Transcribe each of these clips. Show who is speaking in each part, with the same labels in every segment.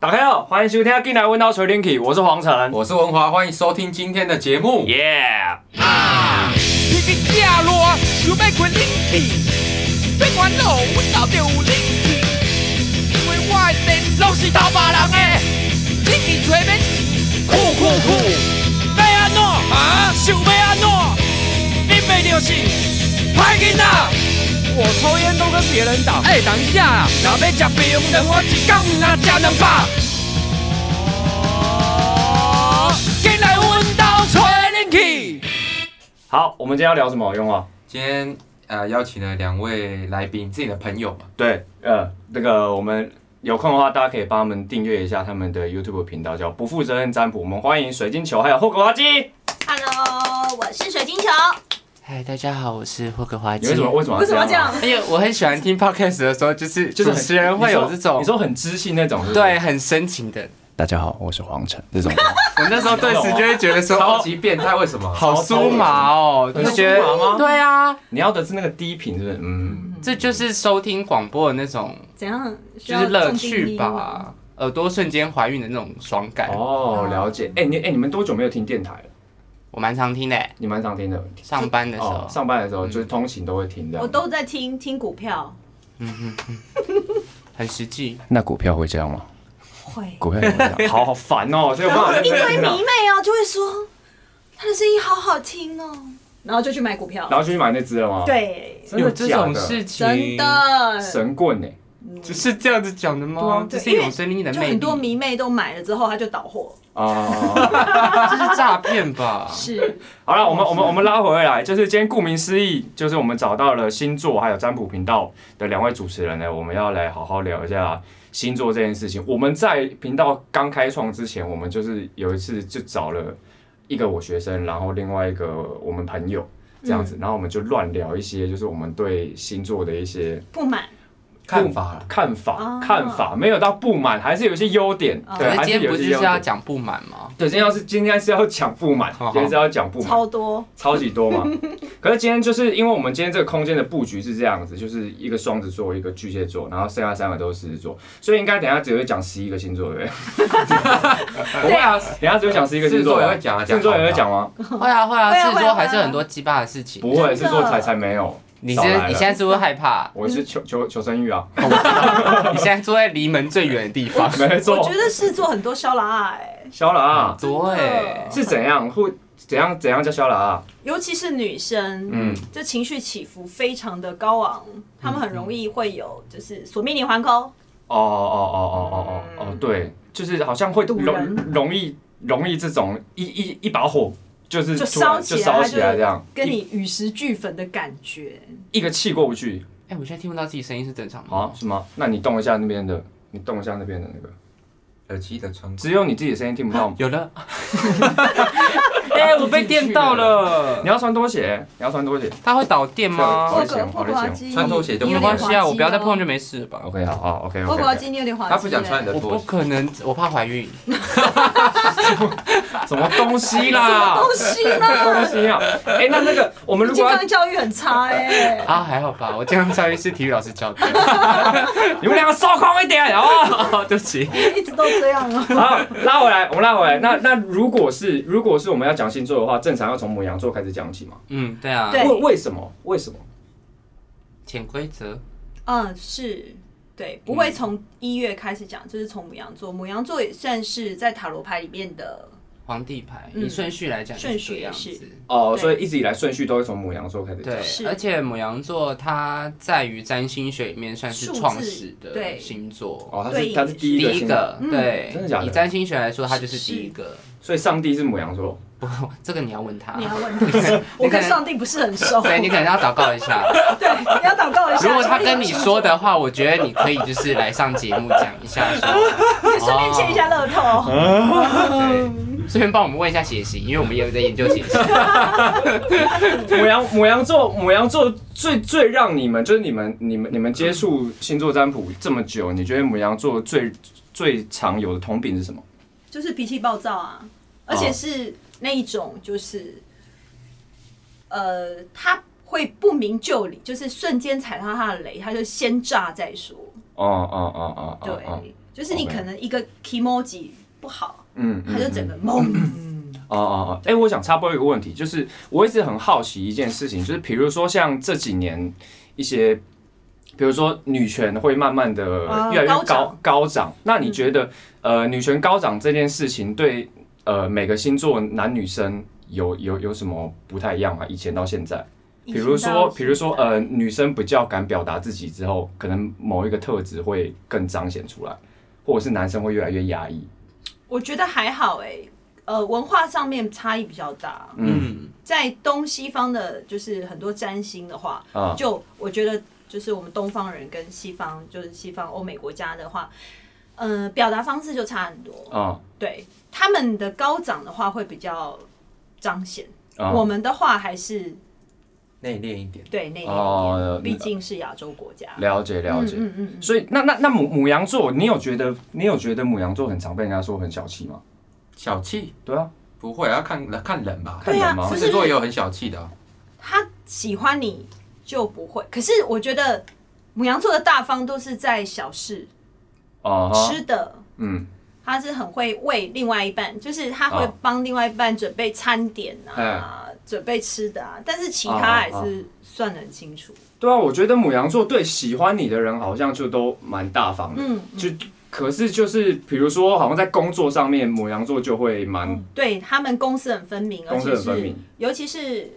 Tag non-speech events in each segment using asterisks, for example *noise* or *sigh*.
Speaker 1: 好，欢迎收听《进来问到锤天气》，我是黄晨。
Speaker 2: 我是文华，欢迎收听今天的节目。
Speaker 1: Yeah，
Speaker 3: 一个角落想要困冷气，别烦恼，阮家就有冷气。因为我的电拢是偷别人的，冷气吹免钱，酷酷酷！要安怎啊？想要安怎？你袂就是歹囡仔。我抽烟都跟别人打。哎、等一下啦，若要食冰糖，我一工若食两百。哦，进来阮家吹冷气。
Speaker 1: 好，我们今天要聊什么？用啊？
Speaker 2: 今天呃邀请了两位来宾，自己的朋友嘛，
Speaker 1: 对，呃，那个我们有空的话，大家可以帮他们订阅一下他们的 YouTube 频道，叫不负责任占卜。我们欢迎水晶球还有霍格华基。
Speaker 4: Hello，我是水晶球。
Speaker 5: 嗨，大家好，我是霍格华
Speaker 1: 你
Speaker 5: 基。
Speaker 1: 为什么为什么
Speaker 4: 为什么要这样
Speaker 1: 啊？？
Speaker 5: 因为我很喜欢听 podcast 的时候，就是
Speaker 1: 就是
Speaker 5: 主持人会有这种
Speaker 1: 你说很知性那种，是不是
Speaker 5: 对。很深情的。
Speaker 1: 大家好，我是黄晨。这种
Speaker 2: *laughs*
Speaker 5: 我那时候顿时就会觉得说，
Speaker 2: 超
Speaker 5: 哦
Speaker 2: 级变态，为什么？
Speaker 5: 好酥麻哦，
Speaker 1: 很
Speaker 5: 就觉
Speaker 1: 酥麻吗
Speaker 5: 得对啊，
Speaker 1: 你要的是那个低频，是不是？嗯，
Speaker 5: 这就是收听广播的那种，
Speaker 4: 怎样？
Speaker 5: 啊就是乐趣？吧，耳朵瞬间怀孕的那种爽感，
Speaker 2: 嗯
Speaker 1: 哦，了解。哎，你哎，你们多久没有听电台了？
Speaker 5: 我蛮常听的。
Speaker 1: 你蛮常听的。
Speaker 5: 上班的时
Speaker 1: 哦
Speaker 5: 候，，嗯
Speaker 1: 上班的时候就是通勤都会听的。。
Speaker 4: 我都在听听股票，
Speaker 5: 很实际。
Speaker 6: 那股票会这样吗？
Speaker 4: 会。
Speaker 6: 股票也会这样
Speaker 1: *laughs* 好好烦哦，所以我
Speaker 4: 然
Speaker 1: 爸
Speaker 4: 后
Speaker 1: 爸
Speaker 4: 一
Speaker 1: 就
Speaker 4: 堆
Speaker 1: 听
Speaker 4: 迷 *laughs*
Speaker 1: 了
Speaker 4: 妹哦，就会说他的声音好好听哦，然后就去买股票
Speaker 1: 然。后就去买那只了吗？，
Speaker 4: 对，
Speaker 1: 真
Speaker 5: 有
Speaker 1: 的
Speaker 5: 这
Speaker 1: 假
Speaker 5: 种
Speaker 1: 的？
Speaker 5: 事呃情，
Speaker 4: 真的，
Speaker 1: 神棍欸呢？
Speaker 5: 只是这样子讲的
Speaker 4: 对
Speaker 5: 吗
Speaker 4: 啊？
Speaker 5: 这是
Speaker 4: 对
Speaker 5: 一
Speaker 4: 因为
Speaker 5: 种生命的
Speaker 4: 就
Speaker 5: 魅
Speaker 4: 很
Speaker 5: 力，
Speaker 4: 多迷妹都买了之后，他就倒货。
Speaker 5: *laughs*
Speaker 1: 啊，
Speaker 5: 这是诈骗吧？
Speaker 4: *laughs* 哦是，
Speaker 1: 好
Speaker 4: 啊
Speaker 1: 了，我们我们我们拉回来，就是今天顾名思义，就是我们找到了星座还有占卜频道的两位主持人呢，我们要来好好聊一下星座这件事情。我们在频道刚开创之前，我们就是有一次就找了一个我学生，然后另外一个我们朋友这样子，然后我们就乱聊一些，就是我们对星座的一些
Speaker 5: *laughs*
Speaker 4: 不买。
Speaker 2: 看法啦，
Speaker 1: 看法、
Speaker 4: 哦
Speaker 1: 看法，没有到不满，还是有一些优点，
Speaker 4: 哦
Speaker 1: 对，
Speaker 5: 可
Speaker 1: 还
Speaker 5: 是今
Speaker 1: 是
Speaker 5: 天
Speaker 1: 有
Speaker 5: 不
Speaker 1: 一些
Speaker 5: 就
Speaker 1: 优
Speaker 5: 是要
Speaker 1: 点。
Speaker 5: 讲不满吗？
Speaker 1: 对，今天要是今天是要讲不满，
Speaker 5: 好好
Speaker 1: 今天是要讲不满，
Speaker 4: 超多，
Speaker 1: 超级多嘛。可是今天就是因为我们今天这个空间的布局是这样子，就是一个双子座，一个巨蟹座，然后剩下三个都是狮子座，所以应该等一下只会讲十一个星座，对不对？
Speaker 2: 不会啊，
Speaker 1: 等一下只会讲十一个星座吧，
Speaker 2: 狮子座也会讲啊
Speaker 1: 狮子座也会讲吗？
Speaker 5: *laughs* 会啊会啊，
Speaker 4: 会啊
Speaker 5: 狮子
Speaker 4: 会啊
Speaker 5: 座还是
Speaker 4: 会啊
Speaker 5: 很多鸡巴的事情。
Speaker 1: 不会，狮子
Speaker 4: 真的
Speaker 1: 座才才没有。
Speaker 5: 你
Speaker 1: 少
Speaker 5: 现
Speaker 1: 来
Speaker 5: 在
Speaker 1: 了
Speaker 5: 你现在是不是害怕？
Speaker 1: *laughs* 我是求求求生欲啊，，
Speaker 5: 你现在坐在离门最远的地方
Speaker 1: 没
Speaker 4: 我
Speaker 1: 错
Speaker 4: 觉，得是做很多肖拉哎，
Speaker 1: 肖朗 *laughs* 啊
Speaker 5: 对，
Speaker 4: 嗯
Speaker 1: 是怎样会怎样怎样叫肖朗啊？
Speaker 4: 尤其是女生，嗯
Speaker 1: 嗯，
Speaker 4: 这情绪起伏非常的高昂，她们很容易会有就是索命连环扣，
Speaker 1: 哦哦哦哦哦哦哦，对，就是好像会
Speaker 4: 堵
Speaker 1: 容
Speaker 4: 嗯人
Speaker 1: 容易容易这种一一一把火就是
Speaker 4: 就
Speaker 1: 突然
Speaker 4: 烧起来
Speaker 1: 就烧起来这样，
Speaker 4: 跟你玉石俱焚的感觉。
Speaker 1: 一一个气过不去
Speaker 5: 哎，我现在听不到自己声音是正常吗？
Speaker 1: 啊？是吗？那你动一下那边的，你动一下那边的那个，
Speaker 2: 耳机的穿
Speaker 1: 只有你自己的声音听不
Speaker 4: 啊
Speaker 1: 到吗？
Speaker 5: 有
Speaker 4: *laughs*
Speaker 5: 了，哎，我被电到了
Speaker 1: *laughs* 你，要穿拖鞋，你要穿拖鞋。
Speaker 5: 它会导电
Speaker 1: 好
Speaker 5: 吗
Speaker 1: 对？危险好危险
Speaker 2: 穿拖鞋就
Speaker 5: 没
Speaker 2: 不
Speaker 5: 关系啊，我不要再碰就
Speaker 4: 你。
Speaker 5: 没事了吧。
Speaker 1: OK，好好，OK
Speaker 4: 我
Speaker 1: OK,
Speaker 4: 不要今天有点滑稽。
Speaker 2: 他不想穿你的
Speaker 5: 我
Speaker 2: 拖
Speaker 5: 不
Speaker 2: 鞋，
Speaker 5: 可能，我怕怀孕。
Speaker 1: 什么东西
Speaker 4: 哎什 *laughs*
Speaker 1: 啦
Speaker 4: 么？东西
Speaker 1: 什么东
Speaker 4: 啦，
Speaker 1: 西啊？哎、那那个我们 *laughs* 如
Speaker 4: 健
Speaker 1: 果要
Speaker 4: 康教育很差哎。
Speaker 5: 啊，还好吧，我健康教育是体育老师
Speaker 1: *laughs*
Speaker 5: 教的。
Speaker 1: 你们两个稍空一点哦。
Speaker 5: *laughs* 对不起，
Speaker 4: 一直都这样啊。
Speaker 1: 好，拉回来，我们拉回来。那那如果是如果是我们要讲星座的话，正常要从母羊座开始讲起嘛？
Speaker 5: 嗯，对啊，
Speaker 4: 对
Speaker 1: 为为什么？为什么？
Speaker 5: 潜规则，
Speaker 4: 嗯，是。对，不会从一月开始讲，就是从母羊座。母羊座也算是在塔罗牌里面的，
Speaker 5: 皇帝牌，
Speaker 4: 嗯
Speaker 5: 以顺序来讲，
Speaker 4: 顺序也
Speaker 5: 样
Speaker 4: 是
Speaker 5: 子。
Speaker 1: 哦，
Speaker 4: 对
Speaker 1: 所以一直以来顺序都会从母羊座开始讲。
Speaker 4: 是
Speaker 5: 对，而且母羊座它在于占星学里面算是
Speaker 4: 数字
Speaker 5: 创始的
Speaker 4: 对
Speaker 5: 星座，
Speaker 1: 哦，他
Speaker 4: 对
Speaker 1: 是他是第
Speaker 5: 第
Speaker 1: 一个
Speaker 5: 一
Speaker 1: 星座，
Speaker 5: 个，
Speaker 4: 嗯
Speaker 5: 对
Speaker 1: 真的假，的
Speaker 5: 以占星学来说，它就是第一个。
Speaker 1: 所以上帝是母羊座。
Speaker 5: 不，这个你要问他
Speaker 4: 你，要问他，我跟上帝不是很熟。
Speaker 5: 啊 *laughs* 对你可能要祷告一
Speaker 4: *laughs*
Speaker 5: 下。
Speaker 4: 对，你要祷告一下。
Speaker 5: 如果他跟你说的话，我觉得你可以就是来上节目讲一下，说
Speaker 4: 你顺便签一下乐透。
Speaker 5: 对，顺便帮我们问一下血型，因为我们也有在研究血
Speaker 4: *laughs*
Speaker 5: 型。
Speaker 1: 母羊母羊座母羊座最最让你们就是你们你们你们接触星座占卜这么久，你觉得母羊座最最常有的通病是什么？
Speaker 4: 就是脾气暴躁啊，而且是那一种就是，呃，他会不明就里，就是瞬间踩到他的雷，他就先炸再说。
Speaker 1: 哦哦哦哦哦，
Speaker 4: 对，
Speaker 1: 哦
Speaker 4: 就是你
Speaker 1: OK
Speaker 4: 可能一个 emoji 不好，
Speaker 1: 嗯，
Speaker 4: 它就整
Speaker 1: 嗯
Speaker 4: 个懵。
Speaker 1: 哦哦哦，哎、我想插播一个问题，就是我一直很好奇一件事情，就是比如说像这几年一些，比如说女权会慢慢的
Speaker 4: 啊
Speaker 1: 越来越高、
Speaker 4: 高涨嗯
Speaker 1: 高涨，那你觉得、呃女权高涨这件事情对呃每个星座男女生有有有什么不太一样吗？以前到现在， *coughs* 比如说比如说呃女生比较敢表达自己之后，可能某一个特质会更彰显出来，或者是男生会越来越压抑，
Speaker 4: 我觉得还好哎、呃，文化上面差异比较大。
Speaker 5: 嗯，
Speaker 4: 在东西方的，就是很多占星的话，
Speaker 1: 啊
Speaker 4: 就我觉得就是我们东方人跟西方，就是西方欧美国家的话，呃，表达方式就差很多。
Speaker 1: 啊
Speaker 4: 对，他们的高涨的话会比较彰显，
Speaker 1: 啊
Speaker 4: 我们的话还是
Speaker 2: 内敛一点。
Speaker 4: 对那一点
Speaker 1: 哦
Speaker 4: 毕竟是亚洲国家。
Speaker 1: 了解了解。
Speaker 4: 嗯嗯嗯嗯，
Speaker 1: 所以那那那母母羊座，你有觉得你有觉得母羊座很常被人家说很小气吗？
Speaker 2: 小气
Speaker 1: 对啊，
Speaker 2: 不会啊，要看看人吧。
Speaker 1: 看
Speaker 4: 对啊
Speaker 1: 人吗，
Speaker 4: 不
Speaker 2: 狮
Speaker 4: 是
Speaker 2: 子座也有很小气的啊、
Speaker 4: 他喜欢你就不会。可是我觉得母羊座的大方都是在小事，
Speaker 1: 啊哈，
Speaker 4: 吃的。
Speaker 1: 嗯，
Speaker 4: 他是很会为另外一半，就是他会
Speaker 1: 啊
Speaker 4: 帮另外一半准备餐点
Speaker 1: 哎
Speaker 4: 啊，准备吃的啊，但是其
Speaker 1: 啊啊
Speaker 4: 他还是算得很清楚。
Speaker 1: 对啊，我觉得母羊座对喜欢你的人好像就都蛮大方的，
Speaker 4: 嗯，
Speaker 1: 就可是就是比如说好像在工作上面，母羊座就会蛮
Speaker 4: 对他们公私很分明，而
Speaker 1: 公私
Speaker 4: 且
Speaker 1: 很分
Speaker 4: 是
Speaker 1: 明
Speaker 4: 尤其是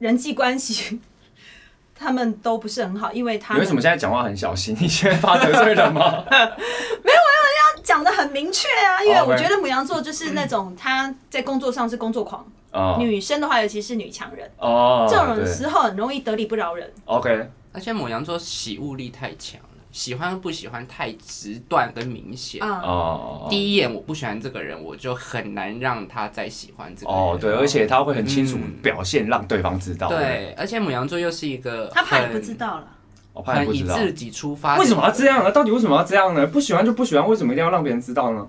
Speaker 4: 人际关系， *laughs* 他们都不是很好，因为他
Speaker 1: 你为
Speaker 4: 们
Speaker 1: 什么现在讲话很小心？你现在怕得罪人
Speaker 4: *laughs*
Speaker 1: 吗？
Speaker 4: 讲的很明确啊，因为
Speaker 1: 哦，OK
Speaker 4: 我觉得母羊座就是那种他在工作上是工作狂，
Speaker 1: 啊
Speaker 4: 女生的话尤其是女强人，
Speaker 1: 哦，
Speaker 4: 这种
Speaker 1: 对
Speaker 4: 时候很容易得理不饶人。
Speaker 1: OK
Speaker 5: 而且母羊座喜恶力太强了，喜欢不喜欢太直断跟明显。
Speaker 4: 啊。
Speaker 1: 哦。
Speaker 5: 第一眼我不喜欢这个人，我就很难让他再喜欢这个人。
Speaker 1: 哦，对，而且他会很清楚
Speaker 5: 嗯
Speaker 1: 表现，让对方知道。，
Speaker 5: 啊对，而且母羊座又是一个
Speaker 4: 嗯他怕你不
Speaker 5: 很
Speaker 4: 知道了，
Speaker 1: 我哦怕你
Speaker 5: 很
Speaker 1: 不
Speaker 5: 以
Speaker 1: 知道。
Speaker 5: 自己出发，
Speaker 1: 为什么要这？样呢？到底为什么要这样呢？不喜欢就不喜欢，为什么一定要让别人知道呢？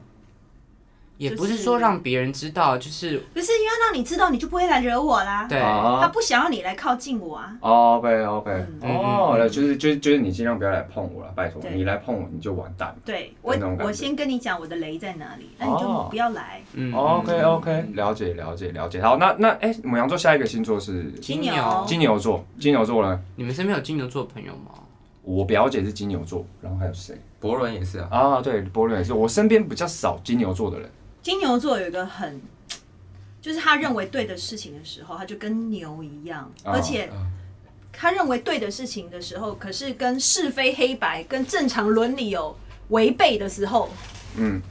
Speaker 5: 也
Speaker 4: 就
Speaker 5: 不是
Speaker 4: 是
Speaker 5: 说让别人知道，就是
Speaker 4: 不是因为他让你知道，你就不会来惹我啦。
Speaker 5: 对，
Speaker 1: 啊
Speaker 5: 啊
Speaker 4: 他不想要你来靠近我啊。
Speaker 1: 哦，OK OK，
Speaker 4: 嗯
Speaker 1: 哦，那就是就是就是你尽量不要来碰我了，拜托，
Speaker 4: 对
Speaker 1: 你来碰我你就完蛋。
Speaker 4: 对我
Speaker 1: 那种感，觉
Speaker 4: 我先跟你讲我的雷在哪里，那你
Speaker 1: 哦
Speaker 4: 就不要来。
Speaker 5: 嗯
Speaker 1: OK OK，了解了解了解。好，那那哎，母羊座下一个星座是
Speaker 5: 金
Speaker 4: 牛，
Speaker 5: 牛
Speaker 1: 金牛座，金牛座呢？
Speaker 5: 你们身边有金牛座的朋友
Speaker 4: *laughs*
Speaker 5: 吗？
Speaker 1: 我表姐是金牛座，然后还有谁
Speaker 2: 博伦也是啊，
Speaker 1: 啊？对，波伦也是，我身边比较少金牛座的人。
Speaker 4: 金牛座有一个很，就是他认为对的事情的时候，他就跟牛一样，
Speaker 1: 哦
Speaker 4: 而且
Speaker 2: 嗯
Speaker 4: 他认为对的事情的时候，可是跟是非黑白、跟正常伦理有违背的时候，
Speaker 1: 嗯，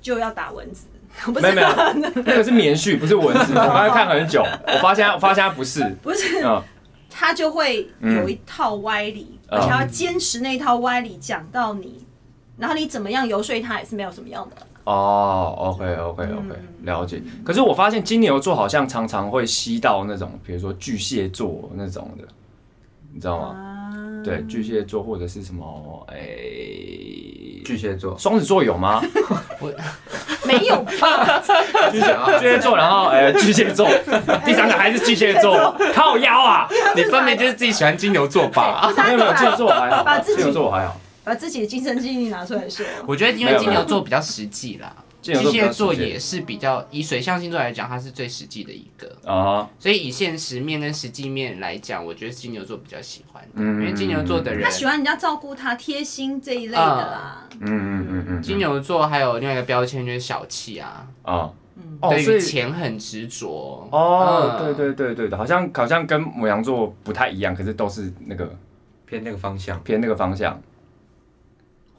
Speaker 4: 就要打蚊子。 *laughs* 不
Speaker 1: 没有
Speaker 4: 是
Speaker 1: 没有，那个是棉絮，不是蚊子。我刚才看很久，我发现我发现它不是。
Speaker 4: 不是，
Speaker 1: 嗯
Speaker 4: 他就会有一套歪理，
Speaker 1: 嗯
Speaker 4: 而且他要坚持那套歪理讲到你，然后你怎么样游说他也是没有什么用的。
Speaker 1: 哦，OK OK OK，
Speaker 4: 嗯
Speaker 1: 了解。可是我发现金牛座好像常常会吸到那种，比如说巨蟹座那种的，你知道吗？
Speaker 4: 啊
Speaker 1: 对，巨蟹座或者是什么，哎、
Speaker 2: 巨蟹座，
Speaker 1: 双子座有
Speaker 5: *laughs*
Speaker 1: 吗？
Speaker 4: 没有吧？
Speaker 2: 巨蟹
Speaker 1: *laughs*
Speaker 2: 啊，
Speaker 1: 巨蟹座，然后哎、巨蟹
Speaker 4: *laughs*
Speaker 1: 座，第三个还是巨蟹
Speaker 4: 哎
Speaker 1: 座，靠腰啊！
Speaker 5: 你分明就是自己喜欢金牛座
Speaker 4: *laughs*
Speaker 5: 吧？
Speaker 4: 三
Speaker 1: 没有
Speaker 4: 个
Speaker 1: 没有，巨蟹
Speaker 4: 把
Speaker 1: 座我还好，
Speaker 4: 把自
Speaker 1: 金
Speaker 4: 己
Speaker 1: 牛座我还好，
Speaker 4: 把自己的亲身经历拿出来说。
Speaker 5: 我觉得因为金牛座比较实际啦，
Speaker 1: 金
Speaker 5: 巨
Speaker 1: 牛座比较
Speaker 5: 蟹
Speaker 1: 直
Speaker 5: 座
Speaker 1: 接
Speaker 5: 也是比较以水象星座来讲，它是最实际的一个，
Speaker 1: 啊，
Speaker 5: 所以以现实面跟实际面来讲，我觉得金牛座比较喜欢，
Speaker 1: 嗯
Speaker 5: 因为金牛座的人
Speaker 4: 他喜欢人家照顾他、贴心这一类的啦。
Speaker 1: 嗯嗯嗯嗯，
Speaker 5: 金牛座还有另外一个标签就是小气啊，
Speaker 1: 啊，
Speaker 4: 嗯
Speaker 1: 哦，
Speaker 5: 对
Speaker 1: 所
Speaker 5: 于
Speaker 1: 以
Speaker 5: 钱很执着。
Speaker 1: 哦，对
Speaker 5: 嗯
Speaker 1: 对对对对，好像好像跟母羊座不太一样，可是都是那个
Speaker 2: 偏那个方向。
Speaker 1: 偏那个方向。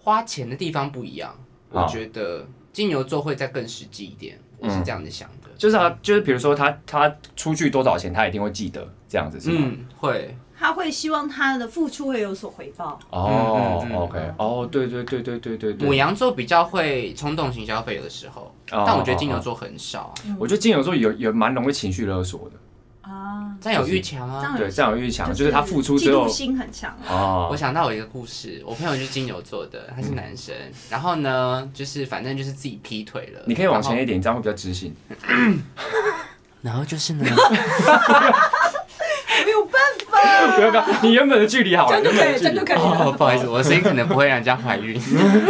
Speaker 5: 花钱的地方不一样，
Speaker 1: 啊
Speaker 5: 我觉得金牛座会再更实际一点，
Speaker 1: 嗯
Speaker 5: 我是这样子想的。
Speaker 1: 就是他，就是比如说他他出去多少钱，他一定会记得这样子是吗？
Speaker 5: 嗯，会，
Speaker 4: 他会希望他的付出会有所回报。
Speaker 1: 哦、
Speaker 5: 嗯嗯嗯
Speaker 1: o k 哦，对对对对对对对。
Speaker 5: 母羊座比较会冲动型消费，有的时候，
Speaker 1: 哦
Speaker 5: 但我觉得金牛座很少啊，
Speaker 1: 我觉得金牛座有有蛮容易情绪勒索的，哦
Speaker 4: 啊，
Speaker 5: 占有欲强啊。
Speaker 4: 嗯
Speaker 1: 对，占有欲强，就是他付出
Speaker 4: 嫉
Speaker 1: 之后
Speaker 4: 妒，心很强啊。
Speaker 1: 哦
Speaker 5: 我，想到我一个故事，我朋友就是金牛座的，他是男生，然后呢，就是反正就是自己劈腿了。
Speaker 1: 你可以往
Speaker 5: 然后
Speaker 1: 前一点，这样会比较知
Speaker 4: *laughs*
Speaker 1: 性。
Speaker 5: 然后就
Speaker 1: *laughs*
Speaker 5: 是呢，
Speaker 4: 没有办
Speaker 1: 不要搞，你原本的距离好
Speaker 4: 法，
Speaker 1: 了，
Speaker 4: 这样就
Speaker 1: 原本的
Speaker 4: 可以，这
Speaker 1: 距
Speaker 4: 样
Speaker 1: 离
Speaker 4: 就可以了。
Speaker 5: 哦，不好意思，我的声音可能不会让人家怀孕。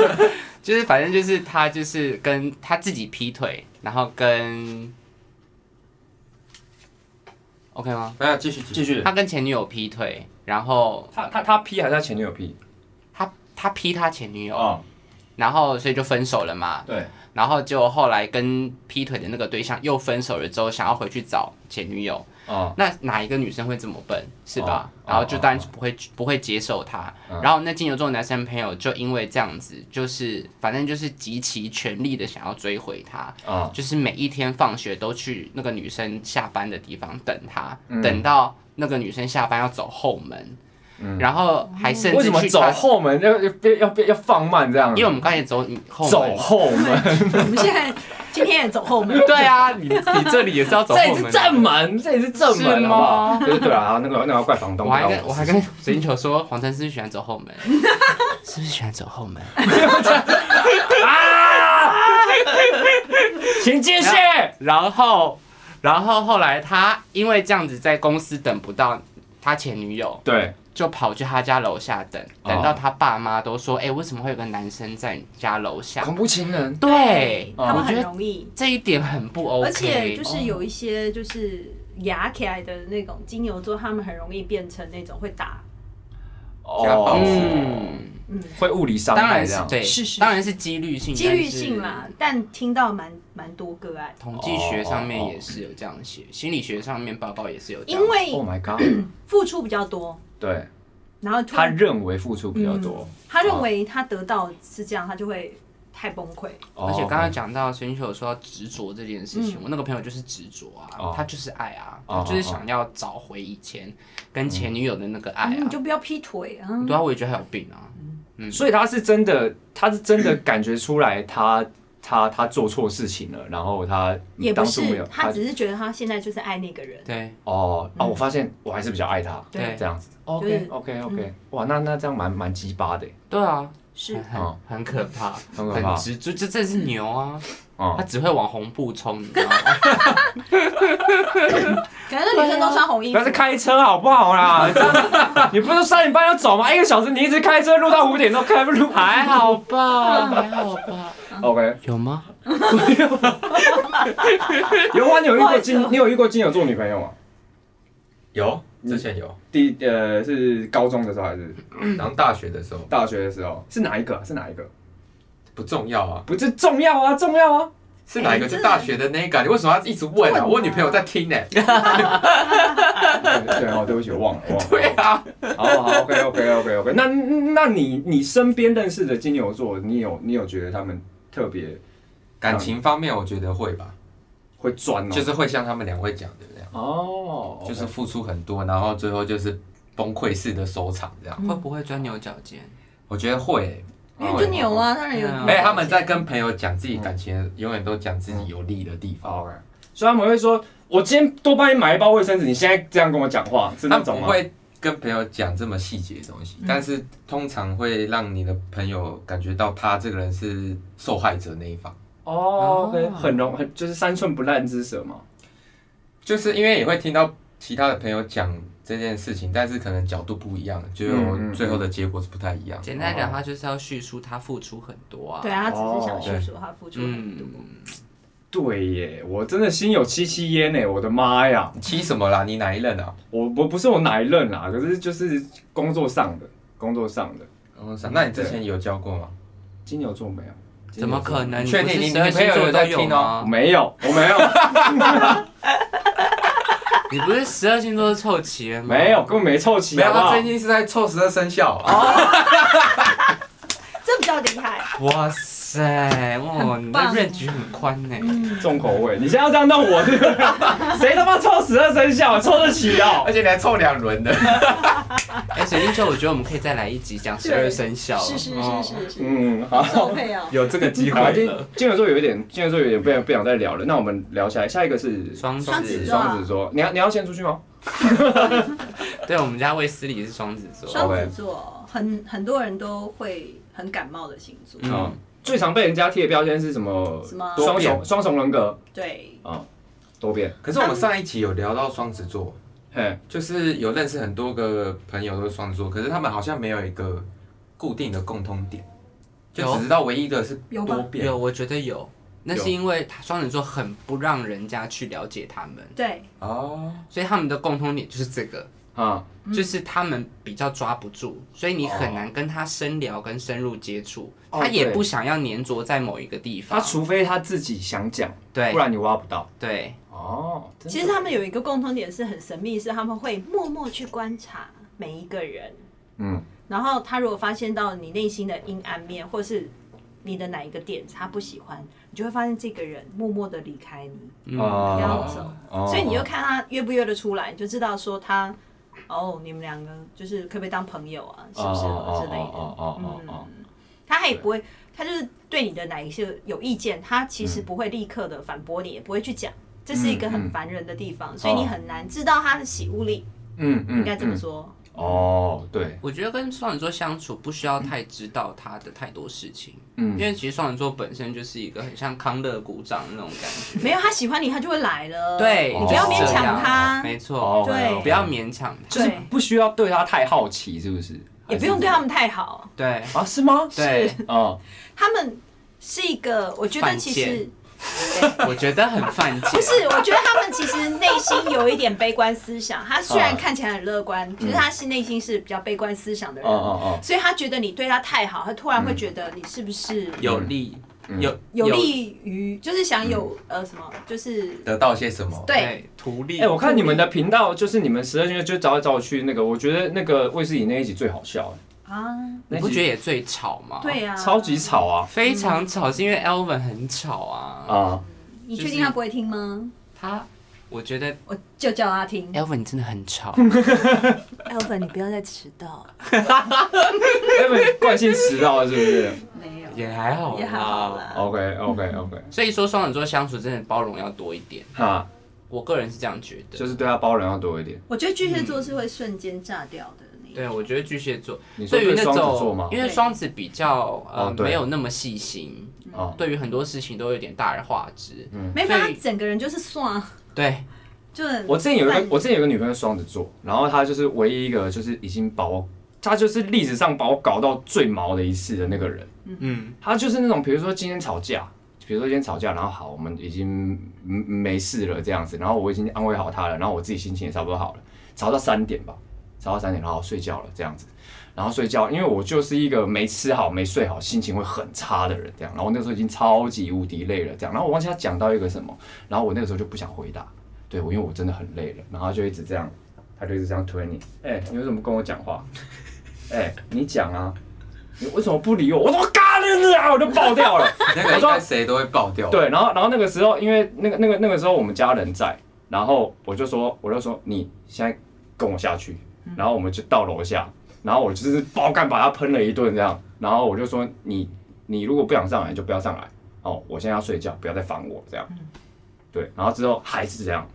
Speaker 5: *laughs* 就是反正就是他就是跟他自己劈腿，然后跟 OK 吗？
Speaker 2: 没有继续继
Speaker 1: 继
Speaker 2: 续，
Speaker 1: 续。
Speaker 5: 他跟前女友劈腿，然后
Speaker 1: 他他他 P 还是他前女友 P？
Speaker 5: 他他劈他前女友，
Speaker 1: 哦，
Speaker 5: 然后所以就分手了嘛。
Speaker 1: 对，
Speaker 5: 然后就后来跟劈腿的那个对象又分手了之后，想要回去找前女友，
Speaker 1: 哦，
Speaker 5: 那哪一个女生会这么笨，是吧？
Speaker 1: 哦
Speaker 5: 然后就当然是不会、不会接受他。
Speaker 1: 嗯
Speaker 5: 然后那金牛座的男生朋友就因为这样子，就是反正就是极其全力的想要追回她，
Speaker 1: 哦，
Speaker 5: 就是每一天放学都去那个女生下班的地方等她，
Speaker 1: 嗯
Speaker 5: 等到那个女生下班要走后门，
Speaker 1: 嗯
Speaker 5: 然后还甚
Speaker 1: 为
Speaker 5: 至
Speaker 1: 什么
Speaker 5: 去
Speaker 1: 走
Speaker 5: 她。
Speaker 1: 后门要要要要要放慢这样？
Speaker 5: 因为我们刚才走后
Speaker 1: 走
Speaker 5: 门，
Speaker 1: 后门， *laughs*
Speaker 4: 我们现在今天也走后门，
Speaker 5: 对啊，你你这里也是要走后
Speaker 1: 这里
Speaker 5: 门
Speaker 1: 是
Speaker 5: 的，
Speaker 1: 正门，这里是正
Speaker 5: 是
Speaker 1: 门，
Speaker 5: 吗
Speaker 1: 好不好？对对啊，那个那个怪房东。
Speaker 5: 我还
Speaker 1: 不
Speaker 5: 跟
Speaker 1: 要
Speaker 5: 我还跟 *laughs* 水晶球说，黄晨是不是喜欢走后门？ *laughs* 是不是喜欢走后门？
Speaker 1: 啊，请继续。
Speaker 5: 然后，然后后来他因为这样子在公司等不到他前女友，
Speaker 1: 对，
Speaker 5: 就跑去他家楼下等，
Speaker 1: 哦
Speaker 5: 等到他爸妈都说，哎、为什么会有个男生在你家楼下？
Speaker 1: 恐怖情人。哎
Speaker 5: 对，
Speaker 4: 他
Speaker 5: 我
Speaker 4: 们
Speaker 5: 觉
Speaker 4: 很
Speaker 5: 得
Speaker 4: 容易，
Speaker 5: 这一点很不 OK，
Speaker 4: 而且就是
Speaker 5: 哦
Speaker 4: 有一些就是牙起来的那种金牛座，他们很容易变成那种会打，
Speaker 2: 家暴
Speaker 4: 哦
Speaker 5: 嗯，
Speaker 4: 嗯，
Speaker 1: 哦会物理伤
Speaker 5: 当
Speaker 1: 害这
Speaker 5: 然是
Speaker 1: 样。
Speaker 5: 对，
Speaker 4: 是是
Speaker 5: 当然是几率性，
Speaker 4: 几率性啦。。但听到蛮蛮多个啊案，
Speaker 5: 统计学上面也是有这样写，心理学上面报告也是有这
Speaker 4: 因
Speaker 5: 样。
Speaker 4: 为
Speaker 1: Oh my *clears throat* god！
Speaker 4: 付出比较多，
Speaker 1: 对
Speaker 4: 然后突
Speaker 1: 他
Speaker 4: 然
Speaker 1: 认为付出比较多，
Speaker 4: 他认为他得到是这样，他就会太崩溃。
Speaker 5: 而且
Speaker 1: 哦
Speaker 5: 刚刚讲到孙秀说到执着这件事
Speaker 4: 嗯
Speaker 5: 情，我那个朋友就是执着啊，
Speaker 1: 哦
Speaker 5: 他就是爱啊，
Speaker 1: 哦
Speaker 5: 他就是想要找回以前跟前女友的那个
Speaker 1: 哎
Speaker 5: 爱
Speaker 4: 嗯
Speaker 5: 啊
Speaker 4: 你。就不要劈腿啊！
Speaker 5: 对啊，我也觉得他有病啊。
Speaker 1: 所以他是真的，他是真的感觉出来他他他做错事情了，然后他
Speaker 4: 也不
Speaker 1: 当初没
Speaker 4: 是
Speaker 1: 有，
Speaker 4: 他只是觉得他现在就是爱那个人。
Speaker 5: 对，
Speaker 1: 哦哦，我发现我还是比较爱他
Speaker 5: 对
Speaker 1: 这样子。
Speaker 4: 对
Speaker 1: OK OK OK，哇，那那这样蛮蛮鸡巴的，
Speaker 5: 对啊，
Speaker 4: 是
Speaker 5: 很很
Speaker 1: 哦
Speaker 5: 很可怕，
Speaker 1: 很可怕
Speaker 5: 执着，这真的是牛啊！他
Speaker 1: 哦
Speaker 5: 只会往红布冲，你知道吗？
Speaker 4: 可能那女生都穿红衣
Speaker 1: 不
Speaker 4: 服
Speaker 1: 要。是开车好不好 *laughs* 啦？这样你不是三点半要走吗？一个小时你一直开车，录到五点都开不录。
Speaker 5: 还好
Speaker 1: *laughs*
Speaker 5: 吧，还好吧，
Speaker 1: OK，
Speaker 5: 有吗？
Speaker 1: 有啊，你有遇
Speaker 4: 不好
Speaker 1: 过
Speaker 4: 意思哦
Speaker 1: 金，你有遇过金牛座女朋友吗？
Speaker 2: 有之前有，
Speaker 1: 第呃是高中的时候还是
Speaker 2: 然后大学的时候
Speaker 1: 大学的时候？是哪一个？是哪一个？
Speaker 2: 不重要啊，
Speaker 1: 不是重要啊，重要啊！
Speaker 2: 是哪一个？
Speaker 4: 哎
Speaker 2: 是大学的那个啊，你为什么要一直问
Speaker 4: 问
Speaker 2: 啊？
Speaker 4: 啊
Speaker 2: 我女朋友在听呢。
Speaker 1: 对 *laughs* 哦，对不起，我忘了，忘了。
Speaker 2: 对啊，
Speaker 1: 好好，OK OK OK OK 那。那你你身边认识的金牛座，你有你有觉得他们特别
Speaker 2: *laughs* 感情方面我觉得会吧，
Speaker 1: 会钻哦？
Speaker 2: 就是会像他们两位讲的那样，
Speaker 1: 哦，OK，
Speaker 2: 就是付出很多，然后最后就是崩溃式的收场这样。
Speaker 5: *laughs* 会不会钻牛角尖？
Speaker 2: 我觉得会，
Speaker 4: 因
Speaker 1: 哦
Speaker 4: 为就牛啊，当然有。
Speaker 5: 嗯
Speaker 2: 哎，他们在跟朋友讲自己感情，永远都讲自己有利的地方。
Speaker 1: OK。所以他们会说，我今天多帮你买一包卫生纸，你现在这样跟我讲话是
Speaker 2: 他
Speaker 1: 那种
Speaker 2: 不
Speaker 1: 吗？嗯
Speaker 2: 会跟朋友讲这么细节的东西，但是通常会让你的朋友感觉到他这个人是受害者那一方，
Speaker 1: 哦，OK，
Speaker 5: 哦
Speaker 1: 很容很就是三寸不烂之舌嘛。
Speaker 2: 就是因为也会听到其他的朋友讲这件事情，但是可能角度不一样，就
Speaker 1: 嗯嗯
Speaker 2: 最后的结果是不太一样。
Speaker 5: 简单讲，他就是要叙述他付出很多啊。
Speaker 4: 对，啊，他只是
Speaker 1: 哦
Speaker 4: 想叙述他付出很多。
Speaker 5: 嗯，
Speaker 1: 对耶，我真的心有戚戚焉呢，我的妈呀！
Speaker 2: 你气哦什么啦？你哪一任啊？
Speaker 1: 我我不是我哪一任啦，可是就是工作上的，工作上的哦
Speaker 2: 嗯那你之前有教过吗？
Speaker 1: 金牛座没有，
Speaker 5: 怎么可能？
Speaker 2: 确定
Speaker 5: 不是
Speaker 2: 你
Speaker 5: 十二
Speaker 2: 你朋友
Speaker 5: 星座
Speaker 2: 有在
Speaker 5: 都有
Speaker 2: 听哦
Speaker 1: 我
Speaker 5: 吗？
Speaker 1: 没有，我
Speaker 2: *laughs*
Speaker 1: 没有，
Speaker 5: 你不是十二星座都凑齐了吗？
Speaker 1: 没有，，根本没凑齐，
Speaker 2: 没有，
Speaker 1: 好不
Speaker 2: 他
Speaker 1: 好
Speaker 2: 最近是在凑十二生肖。
Speaker 4: 这比较厉害。
Speaker 5: 哇塞，哇，你那
Speaker 4: 棒
Speaker 5: range 很宽呢。
Speaker 4: 嗯
Speaker 1: 重口味，你现在要这样弄我，是不 *laughs* 是谁他妈凑十二生肖，凑得起哦 *laughs*
Speaker 2: *laughs* 而？且你还凑两轮的，
Speaker 5: 哎，水晶球，我觉得我们可以再来一集讲十二生肖。哦
Speaker 4: 是是是是是，
Speaker 1: 嗯，好。
Speaker 4: 好
Speaker 1: *laughs*
Speaker 4: 配哦。
Speaker 5: 有这个机
Speaker 1: 好，金。金牛座有一点，金牛座有一点不想不想再聊了。那我们聊下来，下一个是
Speaker 5: 双
Speaker 4: 双子
Speaker 5: 子
Speaker 4: 座啊
Speaker 5: 座，
Speaker 1: 双子座。你要你要先出去吗？
Speaker 5: 对我们家卫斯理是双子座。
Speaker 4: 双子座很很多人都会很感冒的星
Speaker 5: 嗯
Speaker 4: 座，
Speaker 1: 啊，最常被人家贴的标签是什么？
Speaker 4: 什么
Speaker 1: 双
Speaker 2: 多变
Speaker 1: 重双重人格
Speaker 4: 对，
Speaker 1: 啊，多变。
Speaker 2: *laughs* 可是我们上一集有聊到双子座，
Speaker 1: 嘿，
Speaker 2: 就是有认识很多个朋友都是双子座，可是他们好像没有一个固定的共通点。就只知道唯一的是
Speaker 4: 有吗
Speaker 2: 多变，
Speaker 5: 有，我觉得有。那是因为他双子座很不让人家去了解他们，
Speaker 4: 对，
Speaker 2: 哦，
Speaker 4: 嗯
Speaker 5: 所以他们的共通点就是这个，
Speaker 1: 啊，
Speaker 5: 就是他们比较抓不住，所以你很难跟他深聊跟深入接触。他也
Speaker 1: 对
Speaker 5: 不想要粘着在某一个地
Speaker 1: 他
Speaker 5: 方。
Speaker 1: 啊除非他自己想讲，
Speaker 5: 对
Speaker 1: 不然你挖不到。
Speaker 5: 对，
Speaker 1: 哦，真的
Speaker 4: 其实他们有一个共通点是很神秘，是他们会默默去观察每一个人。
Speaker 1: 嗯，
Speaker 4: 然后他如果发现到你内心的阴暗面，或是你的哪一个点他不喜欢，你就会发现这个人默默的离开你，
Speaker 5: 嗯，
Speaker 1: 哦
Speaker 4: 不要走。
Speaker 1: 哦
Speaker 4: 所以你就看他约不约得出来，你就知道说他哦，你们两个就是可不可以当朋友啊，是不是
Speaker 1: 哦
Speaker 4: 啊之
Speaker 1: 哦
Speaker 4: 类的。
Speaker 1: 哦哦哦哦
Speaker 4: 嗯，他也不会，他就是对你的哪一些有意见，他其实不会立刻的反驳你，也不会去讲。这是一个很烦人的地方，
Speaker 5: 嗯
Speaker 4: 所以你很难知道他的喜恶力，
Speaker 1: 嗯嗯，
Speaker 4: 应该这么
Speaker 1: 嗯？
Speaker 4: 说。
Speaker 1: 哦，对，
Speaker 5: 我觉得跟双子座相处不需要太知道他的太多事情，
Speaker 1: 嗯，
Speaker 5: 因为其实双子座本身就是一个很像康乐鼓掌那种感觉。
Speaker 4: 没有他喜欢你，他就会来
Speaker 5: 嗯
Speaker 4: 了。
Speaker 5: 对，
Speaker 1: 哦
Speaker 5: 你
Speaker 4: 你不要
Speaker 5: 就
Speaker 4: 勉
Speaker 5: 是这样
Speaker 4: 强他，
Speaker 5: 没
Speaker 1: 哦
Speaker 5: 错，
Speaker 4: 对
Speaker 5: 不要勉强
Speaker 4: *laughs*
Speaker 5: 他。
Speaker 1: 就是
Speaker 4: 对
Speaker 1: 不需要对他太好奇，是不是？
Speaker 4: 也不用对他们太好。
Speaker 5: 对
Speaker 1: 啊？是吗？
Speaker 5: 对，
Speaker 1: 哦，
Speaker 4: 他们是一个，我觉得其
Speaker 5: 犯
Speaker 4: 实
Speaker 5: 贱我觉得很犯贱。
Speaker 4: 不是，我觉得他们其实内心有一点悲观思想。他虽然看起来很乐观，其实他是内心是比较悲观思想的
Speaker 1: 哦
Speaker 4: 人，
Speaker 1: 哦
Speaker 4: 所以他觉得你对他太好，他突然
Speaker 5: 嗯
Speaker 4: 会觉得你是不是
Speaker 1: 嗯
Speaker 5: 有利，有
Speaker 4: 有利于，就是想有呃什么，就是
Speaker 2: 得到些什么？
Speaker 4: 对。
Speaker 5: 图利。
Speaker 1: 哦，哎，我看你们的频道，就是你们十二星座就找来找去那个，我觉得那个卫视影那一集最好笑，
Speaker 4: 啊，
Speaker 5: 你
Speaker 1: 那
Speaker 5: 不觉得
Speaker 1: 得
Speaker 5: 也最吵吗？
Speaker 4: 对，嗯呀、啊，
Speaker 1: 超级。吵啊
Speaker 5: 非常吵，是因为 Elvin 很吵啊。
Speaker 1: 啊！
Speaker 4: 你确定他不会听吗？
Speaker 5: 他，我觉得
Speaker 4: 我就叫他
Speaker 5: *laughs*
Speaker 4: 听。
Speaker 5: Elvin 你真的很
Speaker 4: *laughs*
Speaker 5: 吵。
Speaker 4: Elvin，你不要再迟到。
Speaker 1: 因为惯性迟到了是不是
Speaker 4: 没有，
Speaker 5: 也还好，
Speaker 4: 也还好。
Speaker 5: 啊
Speaker 4: 啦。
Speaker 1: ？OK OK OK，
Speaker 5: 所以说双子座相处真的包容要多一点，
Speaker 1: 哈，
Speaker 5: 我个人是这样觉得。
Speaker 1: 就是对他包容要多一点。
Speaker 4: 我觉得巨蟹座是会瞬间炸掉的那一种。
Speaker 5: 嗯对，我觉得巨蟹座
Speaker 1: 你说
Speaker 5: 对
Speaker 1: 对
Speaker 5: 于那
Speaker 1: 双子座
Speaker 5: 种
Speaker 1: 吗，
Speaker 5: 因？为双子比较呃
Speaker 1: 哦对
Speaker 5: 没有那么细心，
Speaker 1: 哦，
Speaker 5: 对于很多事情都有点大而化之。
Speaker 4: 没办法，
Speaker 5: 所以
Speaker 4: 他整个人就是算，
Speaker 5: 对，
Speaker 4: 就很
Speaker 1: 我之前有一个
Speaker 4: 散，
Speaker 1: 我之前有一个女朋友是双子座，然后她就是唯一一个就是已经把我，她就是历史上把我搞到最毛的一次的那个人。
Speaker 5: 嗯，
Speaker 1: 她就是那种，比如说今天吵架，比如说今天吵架，然后好，我们已经嗯没事了这样子，然后我已经安慰好她了，然后我自己心情也差不多好了，吵到三点吧，吵到三点，然后睡觉了这样子。然后睡觉，因为我就是一个没吃好、没睡好，心情会很差的人，这样。然后我那个时候已经超级无敌累了，这样。然后我忘记他讲到一个什么，然后我那个时候就不想回答，对我，因为我真的很累了，然后他就一直这样，他就一直这样推你，哎、你为什么不跟我讲话？哎、你讲啊，你为什么不理我？我说嘎了啊，我就爆掉了。
Speaker 2: 那个
Speaker 1: 我
Speaker 2: 应
Speaker 1: 说
Speaker 2: 该谁都会爆掉。，
Speaker 1: 对，然后然后那个时候，因为那个那个那个时候我们家人在，然后我就说我就说你现在跟我下去，然后我们就到楼下，然后我就是爆干把他喷了一顿这样，然后我就说你你如果不想上来就不要上来，哦，我现在要睡觉，不要再烦我这样。对，然后之后还是这样，